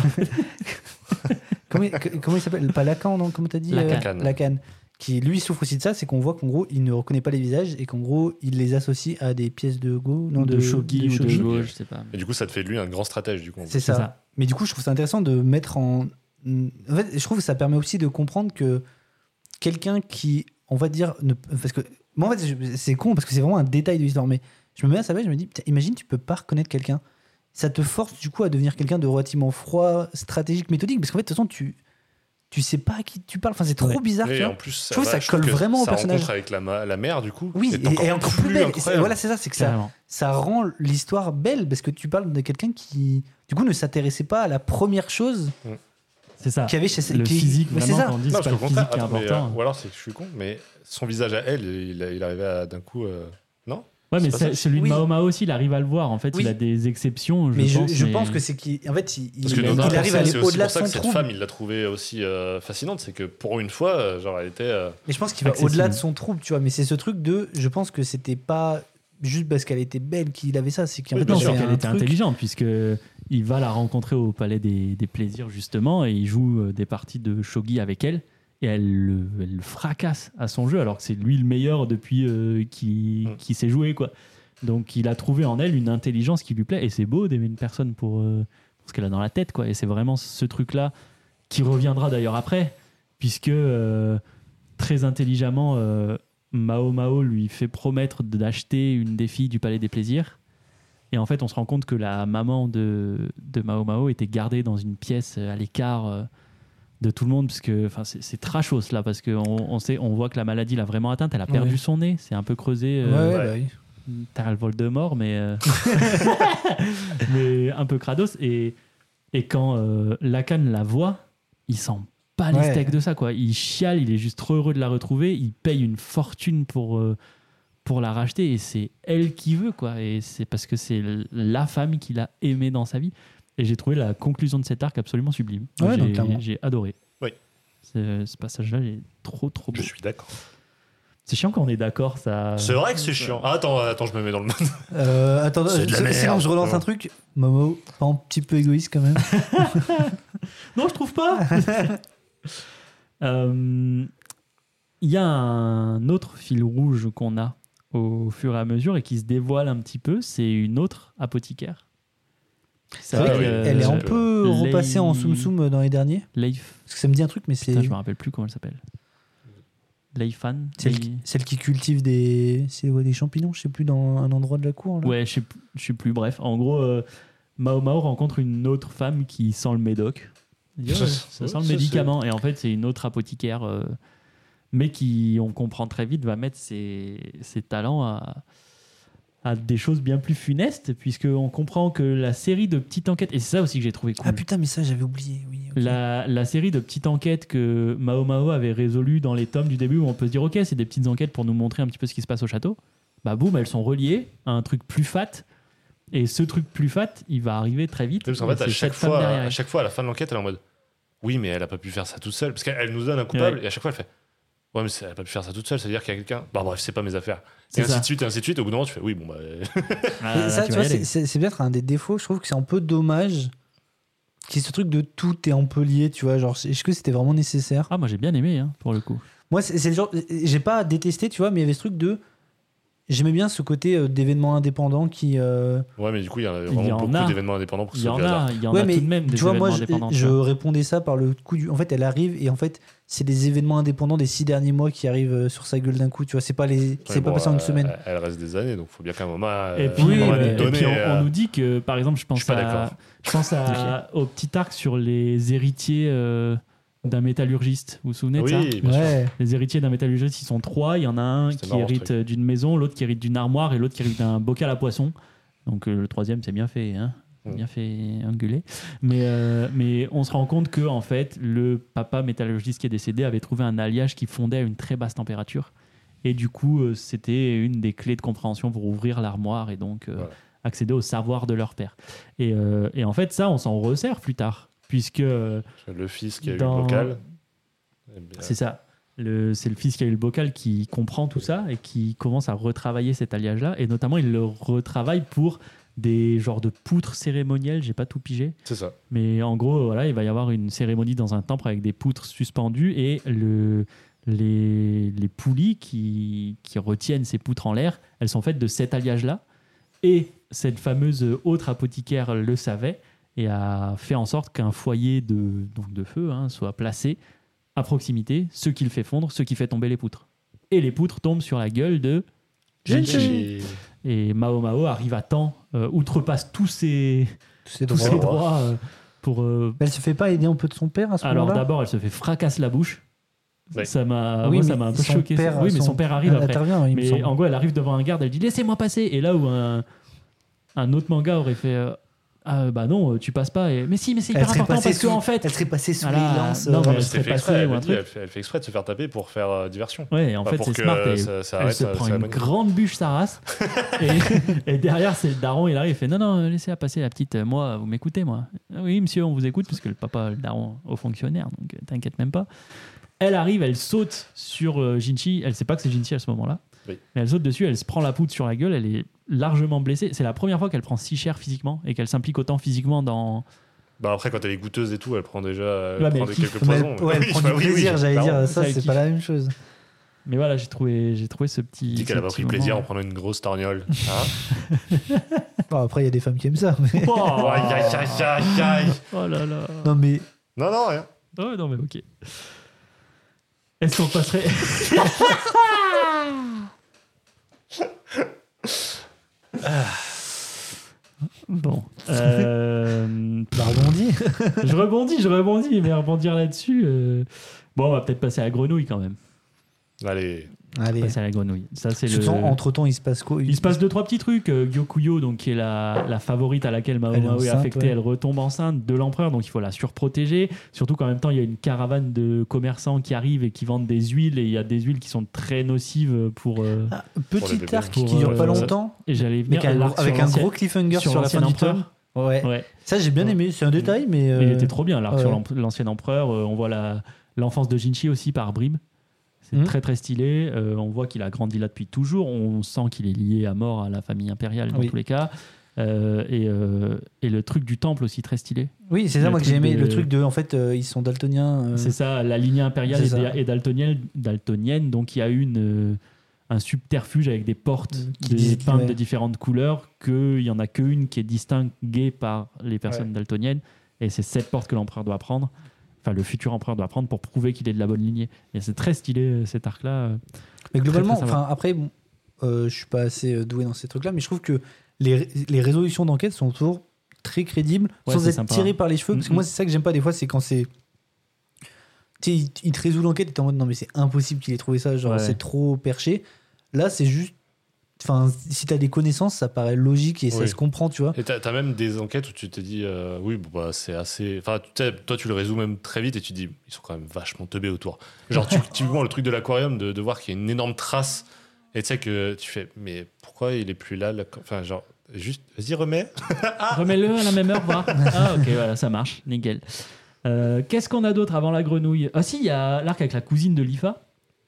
comment, il- que- comment il s'appelle Pas Lacan, non Comment t'as dit
Lacan.
euh, Lacan. Qui lui souffre aussi de ça, c'est qu'on voit qu'en gros, il ne reconnaît pas les visages et qu'en gros, il les associe à des pièces de Go, non de,
Shogi ou de
shogi.
Go, je sais pas.
Et du coup, ça te fait de lui un grand stratège, du coup.
C'est
C'est
ça.
ça.
Mais du coup, je trouve ça intéressant de mettre en. En fait, je trouve que ça permet aussi de comprendre que quelqu'un qui, on va dire, ne... parce que moi, en fait, je- c'est con parce que c'est vraiment un détail de l'histoire. Mais je me mets à sa place, je me dis, putain, imagine, tu peux pas reconnaître quelqu'un. Ça te force du coup à devenir quelqu'un de relativement froid, stratégique, méthodique, parce qu'en fait, de toute façon, tu, tu sais pas à qui tu parles. Enfin, c'est trop
Ouais.
bizarre. tu
Et
vois.
en plus, ça,
trouve
va,
ça colle
que
vraiment au
sa
personnage.
rencontre avec la, ma- la mère, du coup.
oui,
est
et, et encore plus belle. Et c'est- Voilà, c'est ça, c'est que ça,
Carrément.
ça rend l'histoire belle parce que tu parles de quelqu'un qui, du coup, ne s'intéressait pas à la première chose
C'est ça.
qu'il y avait chez
Le
qui-
physique,
Mais c'est
vraiment,
ça.
quand on dit
Non,
c'est pas
parce qu'au
le physique
contraire,
qui est
attends, mais, euh,
important.
ou alors c'est que je suis con, mais son visage à elle, il, il arrivait à d'un coup. euh, Non
Ouais, mais
c'est pas
c'est-
ça.
celui de
Oui.
Mao Mao aussi, il arrive à le voir. En fait,
Oui.
il a des exceptions. Je
mais je,
pense,
je
mais-
pense que c'est qu'il. En fait, il,
Parce
il-
que
il
dans un
arrive à
sens,
aller
c'est aussi
au-delà
pour
de
ça
son
que cette
trouble.
femme, il l'a trouvée aussi euh, fascinante. C'est que pour une fois, euh, genre, elle était. euh,
Mais je pense qu'il va
accessible.
au-delà de son trouble, tu vois. Mais c'est ce truc de. Je pense que c'était pas juste parce qu'elle était belle qu'il avait ça. C'est qu'en
Oui,
fait,
bien
Non,
il
sûr.
c'est
avait
qu'elle
un
était
truc-
intelligente, puisque il va la rencontrer au Palais des, des Plaisirs, justement, et il joue euh, des parties de shogi avec elle. et elle le, elle le fracasse à son jeu, alors que c'est lui le meilleur depuis euh, qu'il
Mm.
qu'il s'est joué. Quoi. Donc il a trouvé en elle une intelligence qui lui plaît, et c'est beau d'aimer une personne pour, euh, pour ce qu'elle a dans la tête. Quoi. Et c'est vraiment ce truc-là qui reviendra d'ailleurs après, puisque euh, très intelligemment, euh, Mao Mao lui fait promettre d'acheter une des filles du Palais des Plaisirs. Et en fait, on se rend compte que la maman de, de Mao Mao était gardée dans une pièce euh, à l'écart euh, de tout le monde, parce que enfin, c'est c'est trashos là, parce qu'on on sait, on voit que la maladie l'a vraiment atteinte. Elle a perdu
Ouais.
son nez, c'est un peu creusé.
Ouais,
euh,
ouais, bah oui.
t'as le vol de mort, mais, euh, mais un peu crados. Et, et quand euh, Lacan la voit, il sent pas les
Ouais.
steaks de ça, quoi. Il chiale, il est juste trop heureux de la retrouver. Il paye une fortune pour, euh, pour la racheter et c'est elle qui veut, quoi. Et c'est parce que c'est l- la femme qu'il a aimée dans sa vie. Et j'ai trouvé la conclusion de cet arc absolument sublime.
Ouais,
J'ai-
non, clairement.
j'ai adoré.
Oui.
Ce, ce passage-là, il est trop, trop beau.
Je suis d'accord.
C'est chiant quand on est d'accord, ça.
C'est vrai que c'est chiant. Ah, attends, attends, je me mets dans le mode.
Euh, attends,
C'est de la
je-
merde.
sinon je relance
Vraiment.
un truc. Momo, pas un petit peu égoïste quand même.
Non, je trouve pas. Euh, Il y a un autre fil rouge qu'on a au fur et à mesure et qui se dévoile un petit peu. C'est une autre apothicaire.
C'est vrai
Ah oui,
qu'elle elle est
euh,
un peu
Lei-
repassée en soum soum dans les derniers.
Leif.
Parce que ça me dit un truc, mais c'est
Putain, je me rappelle plus comment elle s'appelle. Leifan.
celle,
Lei-
qui- celle qui cultive des, c'est, ouais, des champignons, je sais plus, dans un endroit de la cour. Là.
Ouais, je sais p- je sais plus. Bref, en gros, euh, Mao Mao rencontre une autre femme qui sent le médoc. Il dit,
Ça,
Ouais,
c'est-
ça
ouais,
sent le
ça, c'est-
médicament. Et en fait, c'est une autre apothicaire, euh, mais qui, on comprend très vite, va mettre ses, ses talents à, à des choses bien plus funestes, puisqu'on comprend que la série de petites enquêtes, et c'est ça aussi que j'ai trouvé cool.
Ah putain, mais ça j'avais oublié. Oui, ok.
La, la série de petites enquêtes que Mao Mao avait résolues dans les tomes du début où on peut se dire ok c'est des petites enquêtes pour nous montrer un petit peu ce qui se passe au château bah boum elles sont reliées à un truc plus fat et ce truc plus fat il va arriver très vite
Parce qu'en
Et
fait, à
c'est
chaque,
cette femme
fois,
derrière.
à chaque fois, à la fin de l'enquête, elle est en mode Oui, mais elle a pas pu faire ça toute seule. Parce qu'elle nous donne un coupable et à chaque fois, elle fait Ouais, mais c'est- elle a pas pu faire ça toute seule. Ça veut dire qu'il y a quelqu'un. Bah, bref, c'est pas mes affaires. Et
c'est
ainsi
ça,
de suite, et ainsi de suite. Au bout d'un moment, tu fais Oui, bon, bah. euh,
Ah,
Mais
là,
ça,
tu
tu
vas y
vois,
aller.
c'est- c'est c'est peut-être un des défauts. Je trouve que c'est un peu dommage. Qui ce truc de tout est un peu lié, tu vois. Genre, est-ce que c'était vraiment nécessaire
ah moi j'ai bien aimé hein, pour le coup
Moi, c'est c'est le genre. J'ai pas détesté, tu vois, mais il y avait ce truc de. J'aimais bien ce côté euh, d'événement indépendant qui. euh,
Ouais, mais du coup, il y a
y
vraiment
en
beaucoup
a.
d'événements indépendants pour
il y
sauver
en
le hasard.
a il y en
ouais,
a
mais
tout de même des
tu vois, moi,
événements
je,
indépendants
je répondais ça par le coup du. En fait, elle arrive et en fait, c'est des événements indépendants des six derniers mois qui arrivent euh, sur sa gueule d'un coup, tu vois. C'est pas les.
Ouais,
C'est pas
bon,
passé en une
euh,
semaine.
Elle reste des années, donc faut bien qu'à un moment.
Et
euh,
puis,
on va
euh,
lui
et
donner,
puis on,
euh,
on nous dit que, par exemple, je
Je
pense,
suis pas
à,
d'accord.
je pense
Ah.
à- au petit arc sur les héritiers euh, d'un métallurgiste. Vous vous souvenez de ça
Oui, bien sûr.
Ouais.
Les héritiers d'un métallurgiste, ils sont trois. Il y en a un
C'était
qui
marrant, ce
hérite euh, d'une maison, l'autre qui hérite d'une armoire et l'autre qui hérite d'un bocal à poissons. Donc euh, le troisième, c'est bien fait, hein C'est
Mm.
bien fait engueuler. Mais, euh, mais on se rend compte que en fait, le papa métallurgiste qui est décédé avait trouvé un alliage qui fondait à une très basse température. Et du coup, euh, c'était une des clés de compréhension pour ouvrir l'armoire et donc euh,
Voilà.
accéder au savoir de leur père. Et, euh, et en fait, ça, on s'en resserre plus tard, puisque euh,
Le fils qui a eu
Dans-
le local. Eh bien,
c'est ça. Le- C'est le fils qui a eu le bocal qui comprend tout ça et qui commence à retravailler cet alliage-là. Et notamment, il le retravaille pour des genres de poutres cérémonielles. J'ai pas tout pigé.
C'est ça.
Mais en gros, voilà, il va y avoir une cérémonie dans un temple avec des poutres suspendues et le, les, les poulies qui, qui retiennent ces poutres en l'air, elles sont faites de cet alliage-là. Et cette fameuse autre apothicaire le savait et a fait en sorte qu'un foyer de, donc de feu hein, soit placé à proximité, ce qui le fait fondre, ce qui fait tomber les poutres. Et les poutres tombent sur la gueule de
Gigi.
Et Mao Mao arrive à temps, euh, outrepasse tous ses,
C'est
tous
drôle.
ses droits euh, pour, euh,
Elle se fait pas aider un peu de son père à ce
alors
moment-là
d'abord, elle se fait fracasse la bouche.
Ouais.
Ça m'a,
Oui,
moi, ça
mais
m'a un peu
son
choqué. ça.
père-
oui, mais son,
son-
père arrive
Elle
après.
intervient, il me
Mais
semble.
en gros, elle arrive devant un garde, elle dit laissez-moi passer. Et là où un, un autre manga aurait fait euh, ah, bah non, euh, tu passes pas. Et, mais si, mais c'est hyper important parce
sous,
que en fait,
elle serait passée sous
Voilà.
les lances.
Non,
euh,
mais
Non,
elle
mais
se
c'était
fait
fait exprès.
passer
Elle,
ou un
m'a dit,
truc.
elle fait, elle fait exprès de se faire taper pour faire euh, diversion.
ouais, en
Enfin,
fait,
pour
c'est
que
smart.
euh,
et-
ça, ça
elle
arrête
se
la-
prend
la
une
manie.
grande bûche sa race et, et derrière c'est le daron il arrive il fait non non laissez la passer la petite euh, moi vous m'écoutez moi Ah oui monsieur on vous écoute parce que le papa le daron au fonctionnaire donc euh, t'inquiète même pas elle arrive elle saute sur euh, Jinchi elle sait pas que c'est Jinchi à ce moment là
Oui.
mais elle saute dessus elle se prend la poudre sur la gueule elle est largement blessée c'est la première fois qu'elle prend si cher physiquement et qu'elle s'implique autant physiquement dans
Bah après, quand elle est goûteuse et tout, elle prend déjà elle
Ouais, mais elle
prend des
kiffe,
quelques
Mais-
poisons.
ouais,
Oui,
prends
bah
du
oui, oui,
plaisir, j'allais
clairement.
dire.
Ça,
Ça,
elle
c'est pas
kiffe.
la même chose.
Mais voilà, j'ai trouvé, j'ai trouvé ce petit.
Dis qu'elle
ce
a pas
petit
pris plaisir en
moment.
prenant une grosse torgnole. Hein
Bon, après, il y a des femmes qui aiment ça. mais-
Oh,
Aïe, aïe, aïe, aïe, aïe.
oh là là.
Non, mais
Non, non, rien.
Oh, non, mais ok. Est-ce qu'on passerait. bon. euh,
bah, rebondis.
je rebondis, je rebondis, mais rebondir là-dessus. euh, Bon, on va peut-être passer à la grenouille quand même.
Allez.
Allez.
Passer à la grenouille. Ça, c'est le.
Surtout, entre-temps, il se passe quoi
Il se passe deux trois petits trucs. Euh, Gyokuyo, donc qui est la, la favorite à laquelle Mao
Elle est
Mao est
enceinte,
affectée,
ouais.
elle retombe enceinte de l'empereur, donc il faut la surprotéger. Surtout qu'en même temps, il y a une caravane de commerçants qui arrivent et qui vendent des huiles, et il y a des huiles qui sont très nocives pour. euh,
Ah,
Pour le
Petit
bébé.
arc qui
Pour,
dure pas
euh,
longtemps,
Et j'allais
mais
venir
qui a un
l'arc
gros-
sur
avec un
l'ancien-
gros cliffhanger sur, la
l'ancien
fin du tome.
empereur.
Ouais.
Ouais.
Ça, j'ai bien aimé. C'est un détail, mais.
Mais il
euh,
était trop bien l'arc
ouais.
sur l'em- l'ancien empereur. Euh, on voit la l'enfance de Jinchi aussi par bribes. C'est
Mhm.
très très stylé. Euh, on voit qu'il a grandi là depuis toujours. On sent qu'il est lié à mort à la famille impériale dans
Oui.
tous les cas. Euh, et, euh, et le truc du temple aussi très stylé.
Oui, c'est ça,
Le
moi, que j'ai
truc
aimé.
de-
Le truc de. En fait, euh, ils sont daltoniens. euh,
C'est ça, la lignée impériale
c'est
est,
ça.
est daltonienne, daltonienne, donc il y a une, euh, un subterfuge avec des portes
Mm, qui
des
disent-
peintes
ouais.
de différentes couleurs, qu'il n'y en a qu'une qui est distinguée par les personnes daltoniennes, et c'est cette porte que l'empereur doit prendre, enfin le futur empereur doit prendre pour prouver qu'il est de la bonne lignée. Et c'est très stylé euh, cet arc-là.
Mais globalement,
très sympa.
enfin après, bon, euh, je suis pas assez euh, doué dans ces trucs-là, mais je trouve que les, les résolutions d'enquête sont toujours très crédibles,
Ouais,
sans
c'est
être
sympa.
tirées par les cheveux. Parce que
Mhm.
moi, c'est ça que j'aime pas des fois, c'est quand c'est. Tu sais, il- il te résout l'enquête et t'es en mode non, mais c'est impossible qu'il ait trouvé ça, genre
Ouais.
c'est trop perché. Là, c'est juste. Enfin, si t'as des connaissances, ça paraît logique et ça
Oui.
se comprend, tu vois.
Et t'as t'as même des enquêtes où tu t'es dit, euh, oui, bon, bah, c'est assez. Enfin, tu sais, toi, tu le résous même très vite et tu te dis, ils sont quand même vachement teubés autour. Genre, tu, typiquement, le truc de l'aquarium, de, de voir qu'il y a une énorme trace et tu sais que tu fais, mais pourquoi il est plus là, là Enfin, genre, juste, vas-y, remets.
Remets-le à la même heure, voir. Ah ok, voilà, ça marche, nickel. Euh, Qu'est-ce qu'on a d'autre avant la grenouille Ah si, il y a l'arc avec la cousine de Lifa,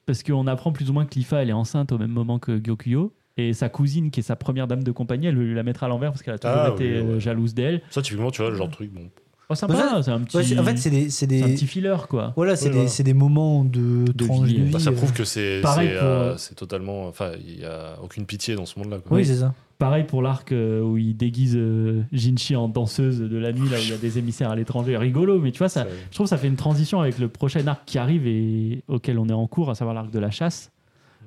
parce qu'on apprend plus ou moins que Lifa, elle est enceinte au même moment que Gyokuyo, et sa cousine, qui est sa première dame de compagnie, elle veut lui la mettre à l'envers parce qu'elle a toujours
Ah,
été
oui,
euh,
ouais.
jalouse d'elle.
Ça, typiquement, tu vois, le genre de truc, bon.
Oh sympa,
Bah, ça-
c'est un petit,
Ouais, c'est- en fait, c'est des, c'est
c'est un
des,
petit filler, quoi.
voilà, c'est
Oui,
des,
voilà.
c'est des moments de,
De
tranche
vie,
de
euh,
vie.
Bah, ça
euh.
prouve que c'est
Pareil
c'est,
pour,
euh,
euh,
c'est totalement. Enfin, il n'y a aucune pitié dans ce monde-là. quoi.
Oui, c'est ça.
Pareil pour l'arc euh, où il déguise euh, Jinchi en danseuse de la nuit, là où il y a des émissaires à l'étranger. Rigolo, mais tu vois, ça,
Ça-
Je trouve que ça fait une transition avec le prochain arc qui arrive et auquel on est en cours, à savoir l'arc de la chasse,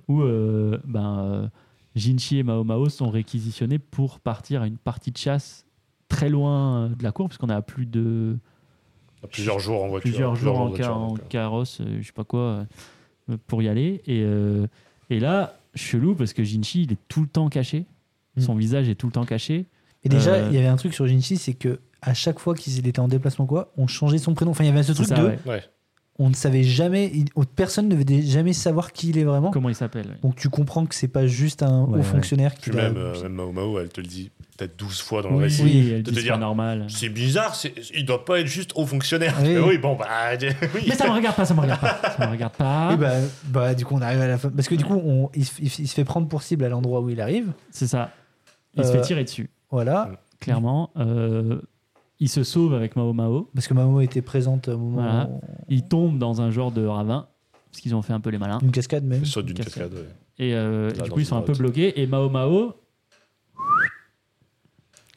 où euh, ben, euh, Jinchi et Mao Mao sont réquisitionnés pour partir à une partie de chasse très loin euh, de la cour, puisqu'on est à plus de
il y a plusieurs jours en voiture.
plusieurs jours en,
voiture,
ca- en
donc, euh,
carrosse, euh, je sais pas quoi, euh, pour y aller. Et, euh, et là, chelou, parce que Jinchi, il est tout le temps caché.
Hmm.
Son visage est tout le temps caché.
Et déjà,
Euh,
il y avait un truc sur Jinchi, c'est que à chaque fois qu'il était en déplacement, quoi, on changeait son prénom. Enfin, il y avait ce
C'est
truc
ça,
de, hein.
ouais.
Ouais.
on ne savait jamais, il- personne ne devait jamais savoir qui il est vraiment.
Comment il s'appelle ouais.
Donc tu comprends que c'est pas juste un
Ouais,
haut
ouais.
fonctionnaire qui.
Puis
l'a-
même, euh, même Mao Mao, elle te le dit peut-être 12 fois dans le
Oui,
récit.
oui, elle
de
dit
te
c'est
dire,
pas normal.
C'est bizarre, c'est- il doit pas être juste haut fonctionnaire.
Oui.
Mais Oui, bon, bah. oui.
Mais ça me regarde pas, ça me regarde pas. Ça me regarde pas.
Et bah, bah, du coup, on arrive à la fin. Parce que du coup, on, il, se- il se- il se fait prendre pour cible à l'endroit où il arrive.
C'est ça. Il se
Euh,
fait tirer dessus,
Voilà.
clairement. Euh, il se sauve avec Mao Mao.
Parce que Mamo était présente au moment.
Voilà. Il tombe dans un genre de ravin, parce qu'ils ont fait un peu les malins.
Une cascade même.
Saute d'une
Cascade.
cascade. ouais.
Et, euh,
Là,
du
dans
coup, ils
une
sont un peu
grotte.
bloqués. Et Mao Mao,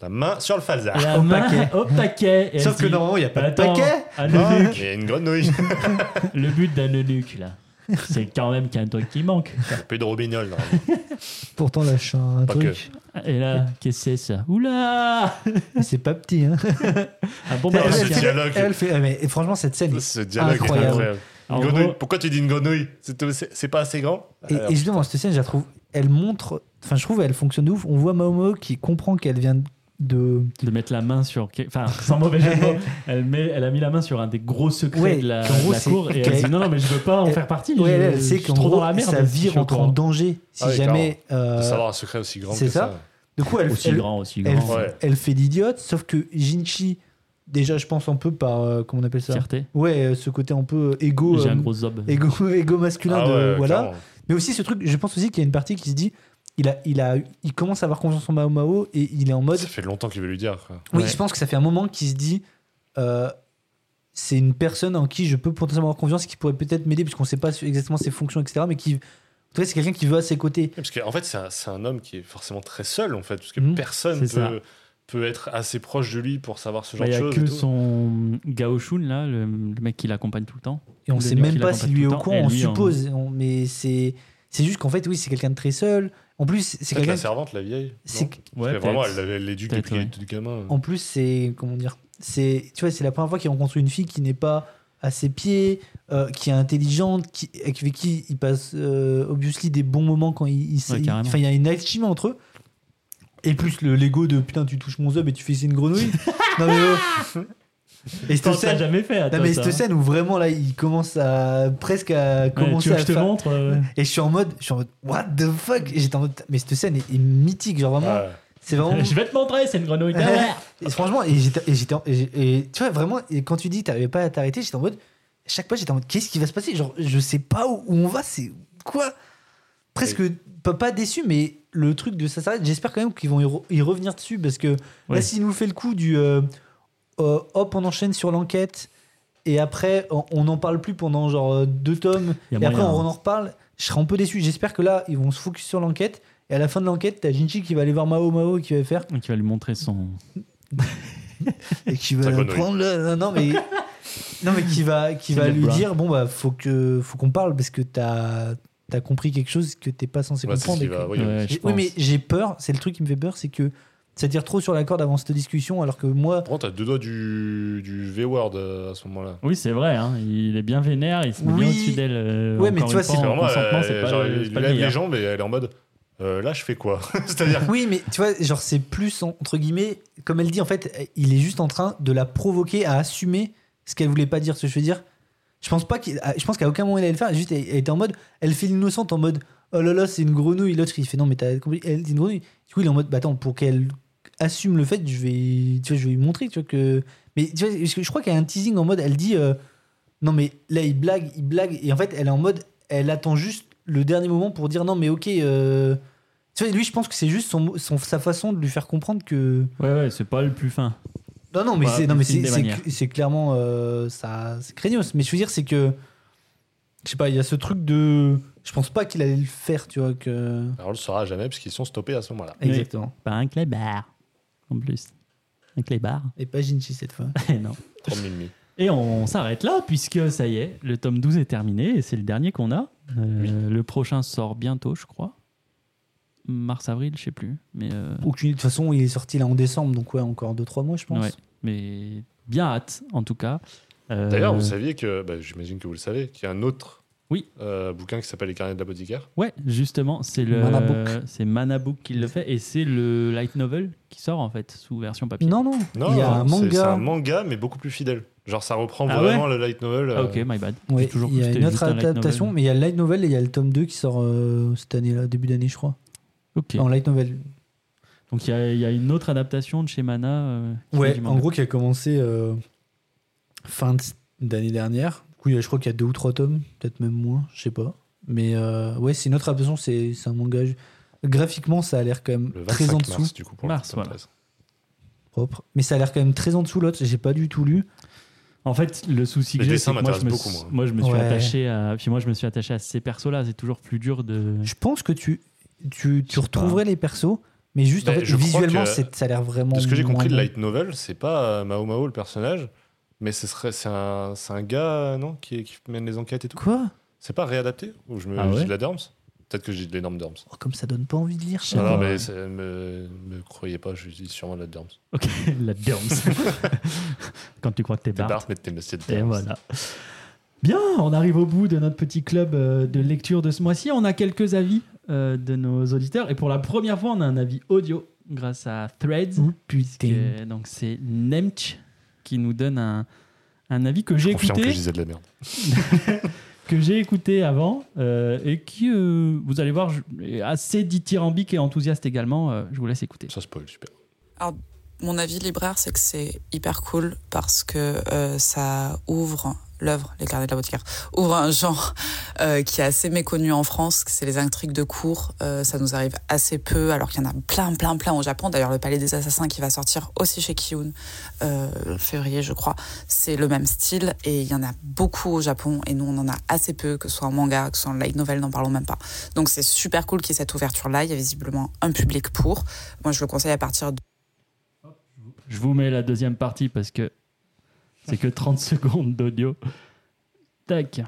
La main sur le falzar.
la
Ah, au
main
paquet.
au paquet. Et
Sauf
elle
que
dit,
normalement, il n'y a pas de Ah,
Attends,
paquet.
un
Ah,
eunuque,
il y a une grenouille.
le but d'un eunuque, là, c'est quand même qu'il y a un truc qui manque.
Un peu de robignol. normalement.
Pourtant, là, je suis un
Pas
truc.
Et là, qu'est-ce que c'est ça Oula
C'est pas petit. Hein.
Un bon
Ah,
malin.
ce
fait-
dialogue.
elle fait- ah, mais franchement, cette scène.
Ce dialogue est
Incroyable.
incroyable. Une
En
grenouille.
gros-
Pourquoi tu dis une grenouille C'est- C'est c'est pas assez grand
Et,
Alors,
et justement, cette scène, je la trouve. Elle montre. Enfin, je trouve elle fonctionne de ouf. On voit Momo qui comprend qu'elle vient de.
de mettre la main sur. Enfin, sans mauvais jeu de mots, elle, met, elle a mis la main sur un des gros secrets
Ouais,
de la,
qu'en gros,
de la
c'est-
cour et elle
qu'elle-
dit non, non, mais je veux pas en
elle-
faire partie.
Ouais,
je-
elle, elle
je
sait
suis
qu'en
trop
gros,
dans la merde.
sa
je suis
vie
au
rentre en
courant.
danger si
Ah oui,
jamais. euh,
de savoir un secret aussi grand
c'est
que
ça.
ça.
du coup, elle,
Aussi
elle,
grand, aussi
elle,
grand.
Ouais.
elle fait l'idiote, sauf que Jinchi, déjà, je pense un peu par. euh, comment on appelle ça
Fierté.
Ouais, euh, ce côté un peu égo.
J'ai
euh,
un gros zob.
égo, égo masculin.
Ah
de,
ouais,
voilà.
clairement.
Mais aussi, ce truc, je pense aussi qu'il y a une partie qui se dit. Il, a, il, a, il commence à avoir confiance en Mao Mao et il est en mode.
Ça fait longtemps qu'il veut lui dire. quoi.
Oui,
Ouais.
je pense que ça fait un moment qu'il se dit euh, c'est une personne en qui je peux potentiellement avoir confiance, qui pourrait peut-être m'aider, puisqu'on ne sait pas exactement ses fonctions, etc. Mais qui, en tout cas, c'est quelqu'un qui veut à ses côtés.
Parce qu'en fait, c'est un, c'est un homme qui est forcément très seul, en fait, parce que
Mhm,
personne
c'est ça.
peut, peut être assez proche de lui pour savoir ce
Bah, Il
genre
n'y
de
a
choses. et
que
tout.
son Gao Shun, là, le, le mec qui l'accompagne tout le temps.
Et on
Le
sait
mec,
même
il
pas
l'accompagne
s'il lui
tout
est au
le temps,
courant,
et
on
lui, hein. on-
suppose. on- mais c'est c'est juste qu'en fait, oui, c'est quelqu'un de très seul. En plus, c'est
Peut-être
quelqu'un.
la servante, la vieille.
c'est
non
que-
Parce que vraiment, elle,
peut-être.
elle l'éduque depuis
Peut-être,
qu'elle est gamin.
Mm.
En plus, c'est comment dire C'est tu vois, c'est la première fois qu'il rencontre une fille qui n'est pas à ses pieds, euh, qui est intelligente, qui avec qui il passe euh, obviously des bons moments quand il, il sait-
Ouais,
il-
carrément.
enfin il y a une alchimie entre eux. Et plus le Lego de putain tu touches mon zob et tu fais c'est une grenouille. non mais oh. Et cette
Putain, t'as
scène,
jamais fait à
non,
toi,
mais
ça. hein.
cette scène où vraiment là il commence à presque à
Ouais, hein. tu
commencer
veux
à
que je te
faire-
montre euh,
Et je suis en mode, je suis en mode what the fuck. Et J'étais en mode mais cette scène est, est mythique genre vraiment.
Ah,
C'est vraiment
Je vais te montrer, c'est une grenouille.
Ouais. Et franchement, et j'étais, et j'étais en- et j'ai- et tu vois, vraiment, et quand tu dis que t'arrivais pas à t'arrêter, j'étais en mode, chaque page, j'étais en mode, qu'est-ce qui va se passer Genre, je sais pas où, où on va, c'est quoi Presque pas, pas déçu, mais le truc de ça s'arrête, j'espère quand même qu'ils vont y, re- y revenir dessus parce que là,
Ouais.
s'ils nous fait le coup du euh, euh, hop, on enchaîne sur l'enquête et après, on- on n'en parle plus pendant genre euh, deux tomes
Y a
et après,
moyen,
on
hein.
en reparle. Je serais un peu déçu. J'espère que là, ils vont se focus sur l'enquête. Et à la fin de l'enquête, t'as Jinchi qui va aller voir Mao Mao et qui va faire
Tu vas lui montrer son.
et qui
Sa
va
connerie.
prendre le... non, non mais non mais qui va qui
C'est
va
le
lui
bras.
dire bon bah faut que faut qu'on parle parce que t'as as compris quelque chose que t'es pas censé
bah, c'est ce
comprendre
qui
et que-
va- oui,
Ouais,
oui.
je
J'ai- oui
pense.
mais j'ai peur c'est le truc qui me fait peur c'est que ça tire trop sur la corde avant cette discussion alors que moi
Par contre, t'as deux doigts du, du V-word euh, à ce moment-là.
Oui, c'est vrai, hein, il est bien vénère, il se met
Oui.
bien au-dessus d'elle. euh,
Ouais, mais
encore
tu vois,
une
c'est
fois, en
Vraiment,
consentement,
elle-
c'est pas,
genre,
le- c'est
il
pas le
lève les
meilleur.
jambes et elle est en mode euh, là, je fais quoi C'est-à-dire.
oui mais tu vois genre c'est plus en- entre guillemets comme elle dit en fait il est juste en train de la provoquer à assumer ce qu'elle voulait pas dire ce que je veux dire je pense pas qu'il je pense qu'à aucun moment il allait le faire juste elle, elle était en mode elle fait l'innocente en mode oh là là c'est une grenouille l'autre il fait non mais t'as compris elle c'est une grenouille du coup il est en mode bah attends pour qu'elle assume le fait je vais tu vois je vais lui montrer tu vois que mais tu vois parce que je crois qu'il y a un teasing en mode elle dit euh, non mais là il blague il blague et en fait elle est en mode elle attend juste le dernier moment pour dire non mais ok euh, tu vois lui je pense que c'est juste son, son- sa façon de lui faire comprendre que
Ouais, ouais, c'est pas le plus fin.
non, non, mais
Voilà,
c'est, non, mais
c'est une
c'est,
des
c'est-
manières.
c'est clairement euh, ça, c'est craignos. Mais je veux dire, c'est que je sais pas, il y a ce truc de, je pense pas qu'il allait le faire, tu vois que.
Alors, on le saura jamais parce qu'ils sont stoppés à ce moment-là.
Oui.
Exactement.
Pas un clébard, en plus. Un clébard
Et pas Jinchi cette fois.
Eh Non.
30 000 mi.
Et on s'arrête là, puisque ça y est, le tome 12 est terminé et c'est le dernier qu'on a. Euh, Le prochain sort bientôt, je crois. Mars-avril, je sais plus. Mais, euh,
Aucune de toute façon, il est sorti là en décembre, donc ouais, encore 2-3 mois, je pense.
ouais. mais bien hâte, en tout cas. Euh,
D'ailleurs, vous saviez que, bah, j'imagine que vous le savez, qu'il y a un autre
Oui.
euh, bouquin qui s'appelle Les carnets de l'apothicaire.
Ouais, justement, c'est le
Manabook.
c'est Manabook qui le fait et c'est le light novel qui sort en fait sous version papier.
Non, non,
Non,
il y a un
c'est- C'est
manga.
un manga, mais beaucoup plus fidèle. Genre, ça reprend
Ah
vraiment le light novel.
Ah,
euh,
ok, my bad.
Ouais,
J'ai toujours
il y
cru
a
que
une
c'était
autre
juste un light
adaptation,
novel.
mais il y a le light novel et il y a le tome 2 qui sort euh, cette année là, début d'année, je crois.
Ok.
En light novel.
Donc il y, a- il y a une autre adaptation de chez Mana. euh, qui fait
Ouais,
du
en
manga.
gros, qui a commencé euh, fin de- d'année dernière. Du coup, il y a- je crois qu'il y a deux ou trois tomes, peut-être même moins, je sais pas. Mais euh, ouais, c'est une autre adaptation, c'est c'est un manga. Graphiquement, ça a l'air quand même
Le 25
très en dessous,
mars, du coup, pour le
Mars,
tome
voilà.
13.
propre. Mais ça a l'air quand même très en dessous l'autre, j'ai pas du tout lu.
En fait, le souci que
Les
j'ai, c'est
dessins
que moi je, me,
m'intéressent
suis-
beaucoup,
moi, je me suis
Ouais.
attaché à, puis moi, je me suis attaché à ces persos-là. C'est toujours plus dur de.
Je pense que tu, tu,
Je
tu
sais
retrouverais les persos, mais juste en
Ben,
fait,
je crois
visuellement,
que-
c'est- ça a l'air vraiment.
De ce que j'ai
moins
compris, le
bon.
light novel, c'est pas euh, Mao Mao le personnage, mais ce serait c'est un, c'est un gars, euh, non, qui, qui mène les enquêtes et tout.
Quoi
C'est pas réadapté Ou je me
Ah
je dis
ouais
de la dorms Peut-être que j'ai de l'énorme dorms.
Oh, Comme ça donne pas envie de lire, je sais
Non, non,
pas.
mais c'est- me, me croyez pas, je dis sûrement de la dorms.
Ok, la derms. Quand tu crois que t'es
T'es
barre.
barf, mais t'es monsieur de
Et
Derms.
voilà. Bien, on arrive au bout de notre petit club euh, de lecture de ce mois-ci. On a quelques avis euh, de nos auditeurs. Et pour la première fois, on a un avis audio grâce à Threads.
Ouh,
puisque-
putain.
donc c'est Nemch qui nous donne un, un avis que j'ai
Confirme que je
écouté,
disais de la merde.
que j'ai écouté avant euh, et qui, euh, vous allez voir, je- est assez dithyrambique et enthousiaste également. Euh, je vous laisse écouter.
Ça spoil, super.
Mon avis libraire, c'est que c'est hyper cool parce que euh, ça ouvre l'œuvre, Les Carnets de l'apothicaire, ouvre un genre euh, qui est assez méconnu en France, que c'est les intrigues de cours. Euh, ça nous arrive assez peu, alors qu'il y en a plein, plein, plein au Japon. D'ailleurs, Le Palais des Assassins qui va sortir aussi chez Kiyun, euh, en février, je crois, c'est le même style et il y en a beaucoup au Japon. Et nous, on en a assez peu, que ce soit en manga, que ce soit en light novel, n'en parlons même pas. Donc, c'est super cool qu'il y ait cette ouverture-là. Il y a visiblement un public pour. Moi, je le conseille à partir de.
Je vous mets la deuxième partie parce que c'est que 30 secondes d'audio. Tac.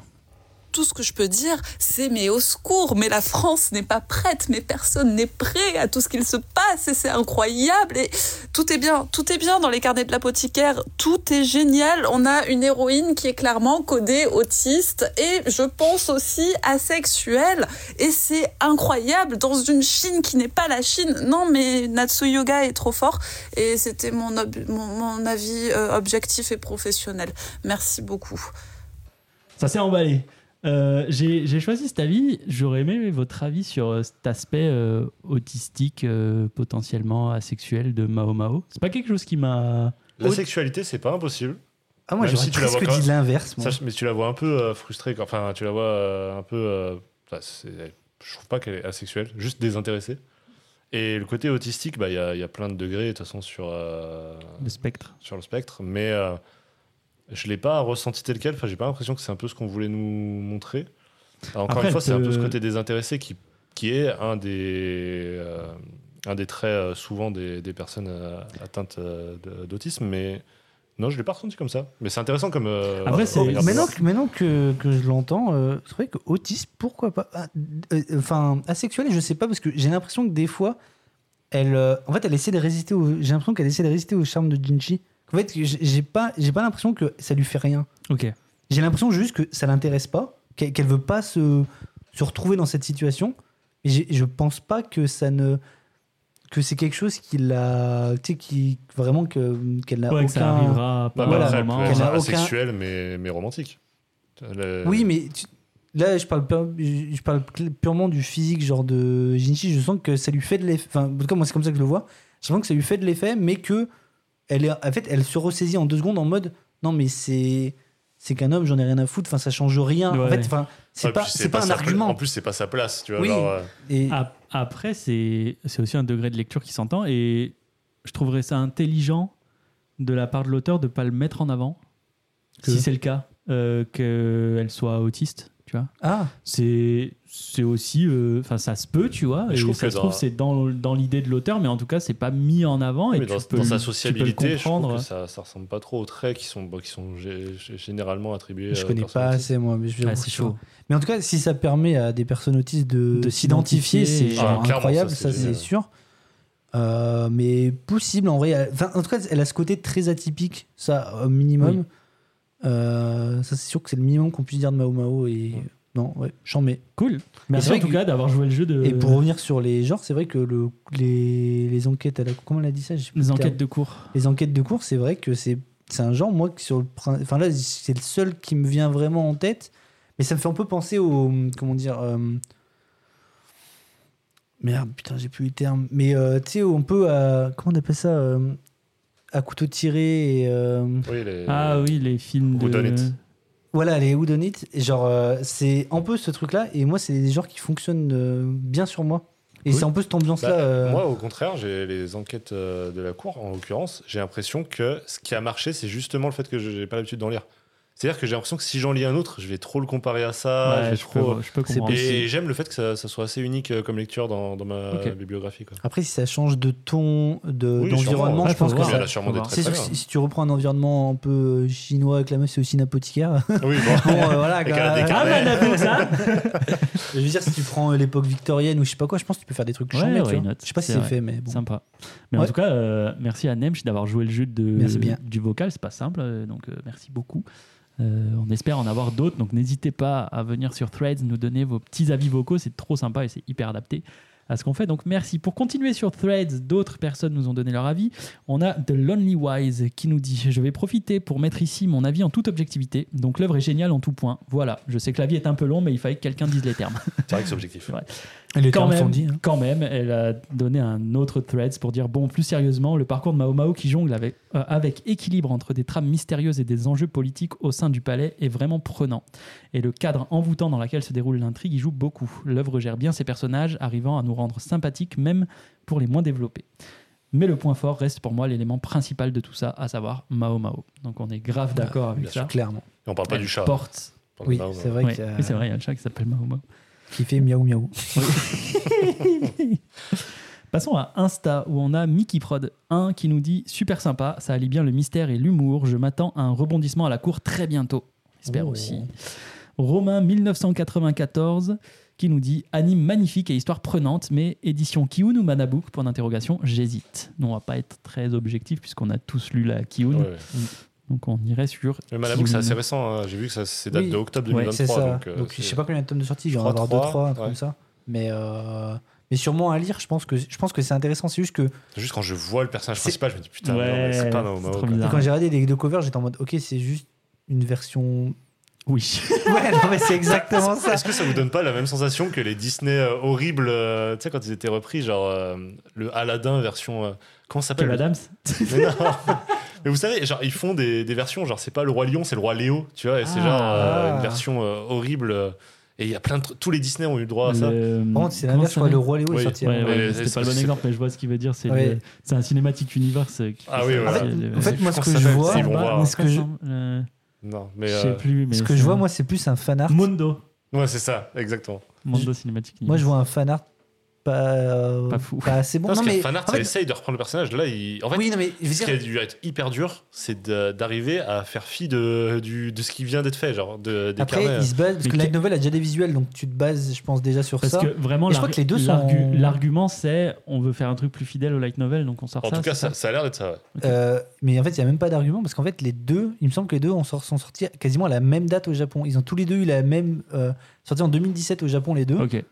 tout ce que je peux dire, c'est mais au secours, mais la France n'est pas prête, mais personne n'est prêt à tout ce qu'il se passe et c'est incroyable et tout est bien, tout est bien dans les carnets de l'apothicaire, tout est génial. On a une héroïne qui est clairement codée autiste et je pense aussi asexuelle et c'est incroyable dans une Chine qui n'est pas la Chine. Non mais Natsu Yoga est trop fort et c'était mon, ob- mon, mon avis euh, objectif et professionnel. Merci beaucoup.
Ça s'est emballé. Euh, J'ai j'ai choisi cet avis. J'aurais aimé votre avis sur euh, cet aspect euh, autistique, euh, potentiellement asexuel de Mao Mao. C'est pas quelque chose qui m'a.
La
Au-
sexualité, c'est pas impossible.
Ah, moi,
Même
j'aurais
si tu la vois
presque
quand
dit l'inverse. moi.
Ça, mais tu la vois un peu euh, frustrée. quand- Enfin, tu la vois euh, un peu. euh, enfin, c'est- je trouve pas qu'elle est asexuelle, juste désintéressée. Et le côté autistique, bah, il y, a- il y a plein de degrés, de toute façon, sur, euh,
Le spectre.
sur le spectre. Mais euh, je l'ai pas ressenti tel quel. Enfin, j'ai pas l'impression que c'est un peu ce qu'on voulait nous montrer. Alors, encore
Après,
une fois,
elle
c'est un
te-
peu ce côté désintéressé qui, qui est un des, euh, un des traits euh, souvent des, des personnes euh, atteintes euh, de- d'autisme. Mais non, je l'ai pas ressenti comme ça. Mais c'est intéressant comme. euh,
Après, c'est-
Oh,
regard.
Maintenant, que, maintenant que, que je l'entends, euh, c'est vrai que autiste, pourquoi pas Ah, euh, Enfin, asexuelle, je sais pas, parce que j'ai l'impression que des fois, elle, euh, en fait, elle essaie de résister. au- j'ai l'impression qu'elle essaie de résister au charme de Jinchi. En fait, j'ai j'ai pas, j'ai pas l'impression que ça lui fait rien.
Ok.
J'ai l'impression juste que ça l'intéresse pas, qu'elle qu'elle veut pas se, se retrouver dans cette situation. Et j'ai- je pense pas que ça ne que c'est quelque chose qui l'a, tu sais, qui vraiment que qu'elle n'a
Ouais, que ça
aucun.
arrivera pas
Bah,
Voilà.
à
après,
un
elle peut
moment.
être
Elle a aucun-
asexuelle, mais, mais romantique. Le-
Oui, mais tu- là, je parle, pas- je parle cl- purement du physique, genre de Jinchi. Je sens que ça lui fait de l'effet. Enfin, en tout cas, moi, c'est comme ça que je le vois. Je sens que ça lui fait de l'effet, mais que elle est, en fait, elle se ressaisit en deux secondes en mode non, mais c'est c'est qu'un homme, j'en ai rien à foutre. Enfin, ça change rien. en
Ouais,
fait,
ouais.
enfin, c'est
Ouais,
pas,
puis
c'est pas, un
sa pla- En
argument.
plus, c'est pas sa place, tu vois.
Oui.
genre, euh,
Et
Ap- Après, c'est c'est aussi un degré de lecture qui s'entend et je trouverais ça intelligent de la part de l'auteur de ne pas le mettre en avant,
Que-
si c'est le cas, euh, qu'elle soit autiste, tu vois.
ah,
C'est c'est aussi, euh, enfin ça se peut, tu vois.
Mais
Et
je trouve
ça
que
se trouve
dans-
c'est dans, dans l'idée de l'auteur, mais en tout cas c'est pas mis en avant et
mais
tu,
dans,
peux
dans
le-
sa
tu peux le
sociabilité, je trouve
comprendre.
que ça, ça ressemble pas trop aux traits qui sont, bah, qui sont gé- gé- généralement attribués.
je
euh, aux
connais
personnes
pas
autistes.
assez moi, mais je vais
Ah, c'est chaud.
Mais en tout cas, si ça permet à des personnes autistes de,
De s'identifier,
s'identifier, c'est
ah,
genre
clairement,
incroyable,
ça, c'est
ça, c'est
génial.
sûr. Euh, mais possible en vrai. elle- enfin, en tout cas, elle a ce côté très atypique, ça, au minimum.
Oui.
Euh, ça, c'est sûr que c'est le minimum qu'on puisse dire de Mao Mao. Et
Ouais.
non, ouais, j'en mets.
Cool.
c'est
Merci
vrai
en tout
que-
cas euh, d'avoir joué le jeu de
Et pour revenir sur les genres, c'est vrai que le, les, les enquêtes, à la- comment elle a dit ça J'ai plus
les
le terme.
enquêtes de cours.
Les enquêtes de cours, c'est vrai que c'est c'est un genre, moi, qui sur le prin- Enfin, là, c'est le seul qui me vient vraiment en tête. Mais ça me fait un peu penser au. Comment dire. euh, Merde, putain, j'ai plus le terme. Mais euh, tu sais, on peut. à- Comment on appelle ça euh, À couteau tiré et. euh,
Oui, les-
Ah oui, les films de.
Whodunit.
Voilà, les whodunits. Genre, euh, c'est un peu ce truc-là. Et moi, c'est des genres qui fonctionnent euh, bien sur moi. Et
Cool.
c'est un peu cette ambiance-là.
Bah,
euh,
Moi, au contraire, j'ai les enquêtes euh, de la cour, en l'occurrence, j'ai l'impression que ce qui a marché, c'est justement le fait que je j'ai pas l'habitude d'en lire. C'est-à-dire que j'ai l'impression que si j'en lis un autre, je vais trop le comparer à ça. je
Ouais,
vais
je,
Ah, trop...
peux, je peux
C'est
comprendre.
Et j'aime le fait que ça, ça soit assez unique euh, comme lecture dans, dans ma
Ok.
bibliographie. Quoi.
Après, si ça change de ton, de-
Oui,
Euh,
sûrement.
d'environnement, je pense
Ouais,
que
faut
Mais
ça,
elle a sûrement des
faut
traits
C'est
très
sûr que si,
bien.
si tu reprends un environnement un peu euh, chinois avec la meuf, c'est aussi une apothicaire.
Oui,
Bon,
bon.
euh, voilà,
Et
quoi.
qu'elle a des
Ah, bah,
carnets.
d'accord, ça
Je veux dire, si tu prends euh, l'époque victorienne ou je sais pas quoi, je pense que tu peux faire des trucs
Ouais,
chambés, tu
ouais,
vois.
note.
Je sais pas si
C'est
c'est
vrai.
fait, mais bon.
Sympa. Mais en
Ouais.
tout cas, euh, merci à Nemch d'avoir joué le jeu de,
Merci bien.
du vocal. C'est pas simple, euh, donc euh, merci beaucoup. Euh, on espère en avoir d'autres, donc n'hésitez pas à venir sur Threads, nous donner vos petits avis vocaux, c'est trop sympa et c'est hyper adapté. à ce qu'on fait. Donc merci. Pour continuer sur Threads, d'autres personnes nous ont donné leur avis. On a The Lonely Wise qui nous dit Je vais profiter pour mettre ici mon avis en toute objectivité. Donc l'œuvre est géniale en tout point. Voilà, je sais que l'avis est un peu long, mais il fallait que quelqu'un dise les termes.
C'est vrai que c'est objectif.
Les
quand,
termes
même,
sont dits. hein.
quand même, elle a donné un autre Threads pour dire Bon, plus sérieusement, le parcours de Mao Mao qui jongle avec, euh, avec équilibre entre des trames mystérieuses et des enjeux politiques au sein du palais est vraiment prenant et le cadre envoûtant dans lequel se déroule l'intrigue y joue beaucoup. L'œuvre gère bien ses personnages, arrivant à nous rendre sympathiques même pour les moins développés. Mais le point fort reste pour moi l'élément principal de tout ça, à savoir Mao Mao. Donc on est grave
Bah,
d'accord avec
bien
ça.
Clairement.
Et on parle pas
Elle
du chat.
Porte.
Pardon,
Oui,
là, on-
c'est vrai
Ouais.
qu'il y a-
Oui, c'est vrai, il y a le chat qui s'appelle Mao Mao.
qui fait miaou miaou.
Passons à Insta où on a Mickey Prod 1 qui nous dit super sympa, ça allie bien le mystère et l'humour. Je m'attends à un rebondissement à la cour très bientôt. J'espère
Oh.
aussi. Romain 1994 qui nous dit anime magnifique et histoire prenante, mais édition Kiun ou Manabook Point d'interrogation. J'hésite. Non, on va pas être très objectif puisqu'on a tous lu la Kiun,
Ouais, ouais.
donc on irait sur.
Mais Malabouk, c'est
Kiun.
assez récent. hein. J'ai vu que ça, c'est date
Oui.
de octobre
Ouais,
2023.
C'est ça.
Donc,
Donc,
euh,
je sais
c'est-
pas combien de tomes de sortie, il va y en
Trois,
avoir 2
trois,
3 comme
ouais.
ça. Mais euh, mais sûrement à lire, je pense que je pense que c'est intéressant, c'est juste que
Juste quand je vois le personnage
C'est-
principal, je me dis putain,
Ouais,
non, mais c'est pas
c'est
Mao Mao.
trop
quoi.
bizarre.
quand j'ai regardé les deux covers, j'étais en mode OK, c'est juste une version
Oui.
Ouais, non mais c'est exactement ça.
Est-ce que ça vous donne pas la même sensation que les Disney euh, horribles, euh, tu sais, quand ils étaient repris, genre euh, le Aladdin version. euh, comment ça
Kev
s'appelle
Adams.
Mais non. Mais vous savez, genre, ils font des, des versions, genre, c'est pas le roi lion, c'est le roi Léo, tu vois, et c'est
Ah.
genre euh, une version euh, horrible. euh, et il y a plein de trucs. Tous les Disney ont eu le droit à Oh, ça.
Le-
Par contre, c'est
comment
l'inverse, je
ça
crois, le
s'appelle
roi Léo
Oui.
est sorti. hein.
Ouais,
avant.
ouais,
Mais
c'était
c'est-
pas le bon
c'est-
exemple, mais je vois ce qu'il veut dire. C'est
Ouais.
le- c'est un cinématique universe. euh, qui fait
Ah
ça.
oui,
C'est
voilà.
le-
En fait, moi
pense
ce que
que ça
je
s'appelle
vois,
C'est le
Barba,
roi.
bah, moi, ce que je
euh,
Non, mais.
je
euh,
sais plus, mais
ce que
c'est-
je vois moi c'est plus un fan art.
Mundo,
ouais, c'est ça, exactement.
Mundo cinématique.
Moi je vois un fan art pas euh,
Pas fou.
pas assez bon.
Parce
Non
que
mais
Fanart,
en
ça
fait-
essaye de reprendre le personnage. Là, il... en fait,
oui, non mais je veux
ce
dire
qui a dû être hyper dur, c'est de- d'arriver à faire fi de, du- de ce qui vient d'être fait, genre, de, des
Après,
carnets.
il se base parce
Mais
que la
que-
nouvelle a déjà des visuels, donc tu te bases, je pense déjà sur
Parce
ça.
que vraiment,
Et je crois
l'argu-
que les deux sont-
l'argu- l'argument, c'est on veut faire un truc plus fidèle au light novel, donc on sort
En
ça.
tout cas,
c'est
ça, ça a l'air d'être ça. ouais.
Euh, mais en fait, il n'y a même pas d'argument parce qu'en fait, les deux, il me semble que les deux ont sort- sont sortis quasiment à la même date au Japon. Ils ont tous les deux eu la même. euh, sortis en 2017 au Japon, les deux.
Ok.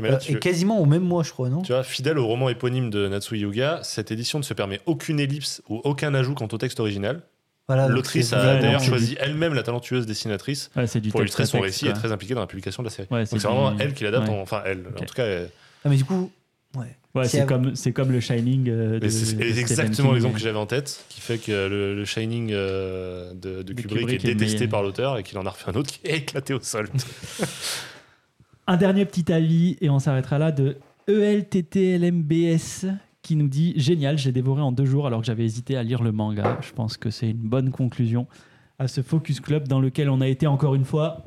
Mais là,
Euh,
tu,
et quasiment au même mois, je crois, non
tu vois, fidèle au roman éponyme de Natsu Yuga, cette édition ne se permet aucune ellipse ou aucun ajout quant au texte original.
Voilà, Ah, donc
L'autrice
c'est
a
vraiment-
d'ailleurs
c'est
choisi elle-même la talentueuse dessinatrice
Ouais, c'est du
pour
texte
illustrer son
à texte,
récit et
quoi.
très impliquée dans la publication de la série.
Ouais,
Donc c'est
du-
vraiment elle qui l'adapte,
ouais.
en- enfin elle, en
Ok.
tout cas. elle-
Ah, mais du coup, ouais.
Ouais,
C'est
c'est
à-
comme, c'est comme le Shining. euh, de-
mais c'est
de Stephen
exactement
King,
l'exemple
mais-
que j'avais en tête, qui fait que le, le Shining euh, de, de
De
Kubrick,
Kubrick
est
est
détesté
meilleur.
par l'auteur et qu'il en a refait un autre qui est éclaté au sol.
Un dernier petit avis, et on s'arrêtera là, de E ELTTLMBS qui nous dit Génial, j'ai dévoré en deux jours alors que j'avais hésité à lire le manga. Je pense que c'est une bonne conclusion à ce Focus Club dans lequel on a été encore une fois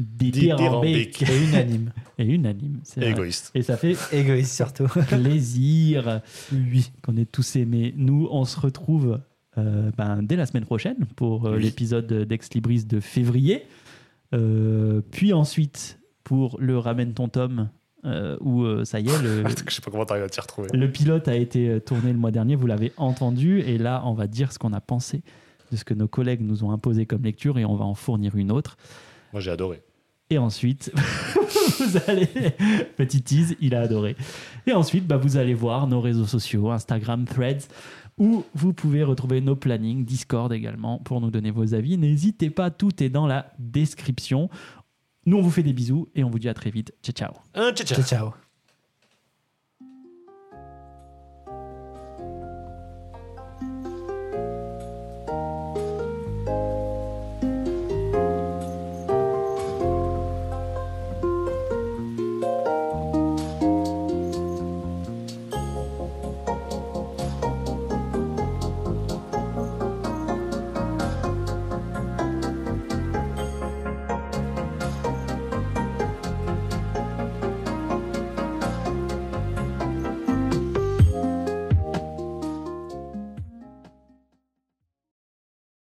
dithyrambique
Dithyrambique.
Et unanime.
et unanime. c'est
Et
vrai.
égoïste.
Et ça fait
Égoïste surtout.
plaisir oui. qu'on ait tous aimé. Nous, on se retrouve euh, ben, dès la semaine prochaine pour euh,
Oui.
l'épisode d'Ex Libris de février. Euh, puis ensuite, pour le Ramène ton tome, euh, où euh, ça y est, le,
Je sais pas comment t'arrives à t'y retrouver.
le pilote a été euh, tourné le mois dernier, vous l'avez entendu, et là, on va dire ce qu'on a pensé de ce que nos collègues nous ont imposé comme lecture, et on va en fournir une autre.
Moi j'ai adoré.
Et ensuite, vous allez. Petit tease, il a adoré. Et ensuite, bah, vous allez voir nos réseaux sociaux, Instagram, Threads, où vous pouvez retrouver nos plannings, Discord également, pour nous donner vos avis. N'hésitez pas, tout est dans la description. Nous, on vous fait des bisous et on vous dit à très vite. Ciao, ciao.
Un tcha-tcha.
Ciao, ciao.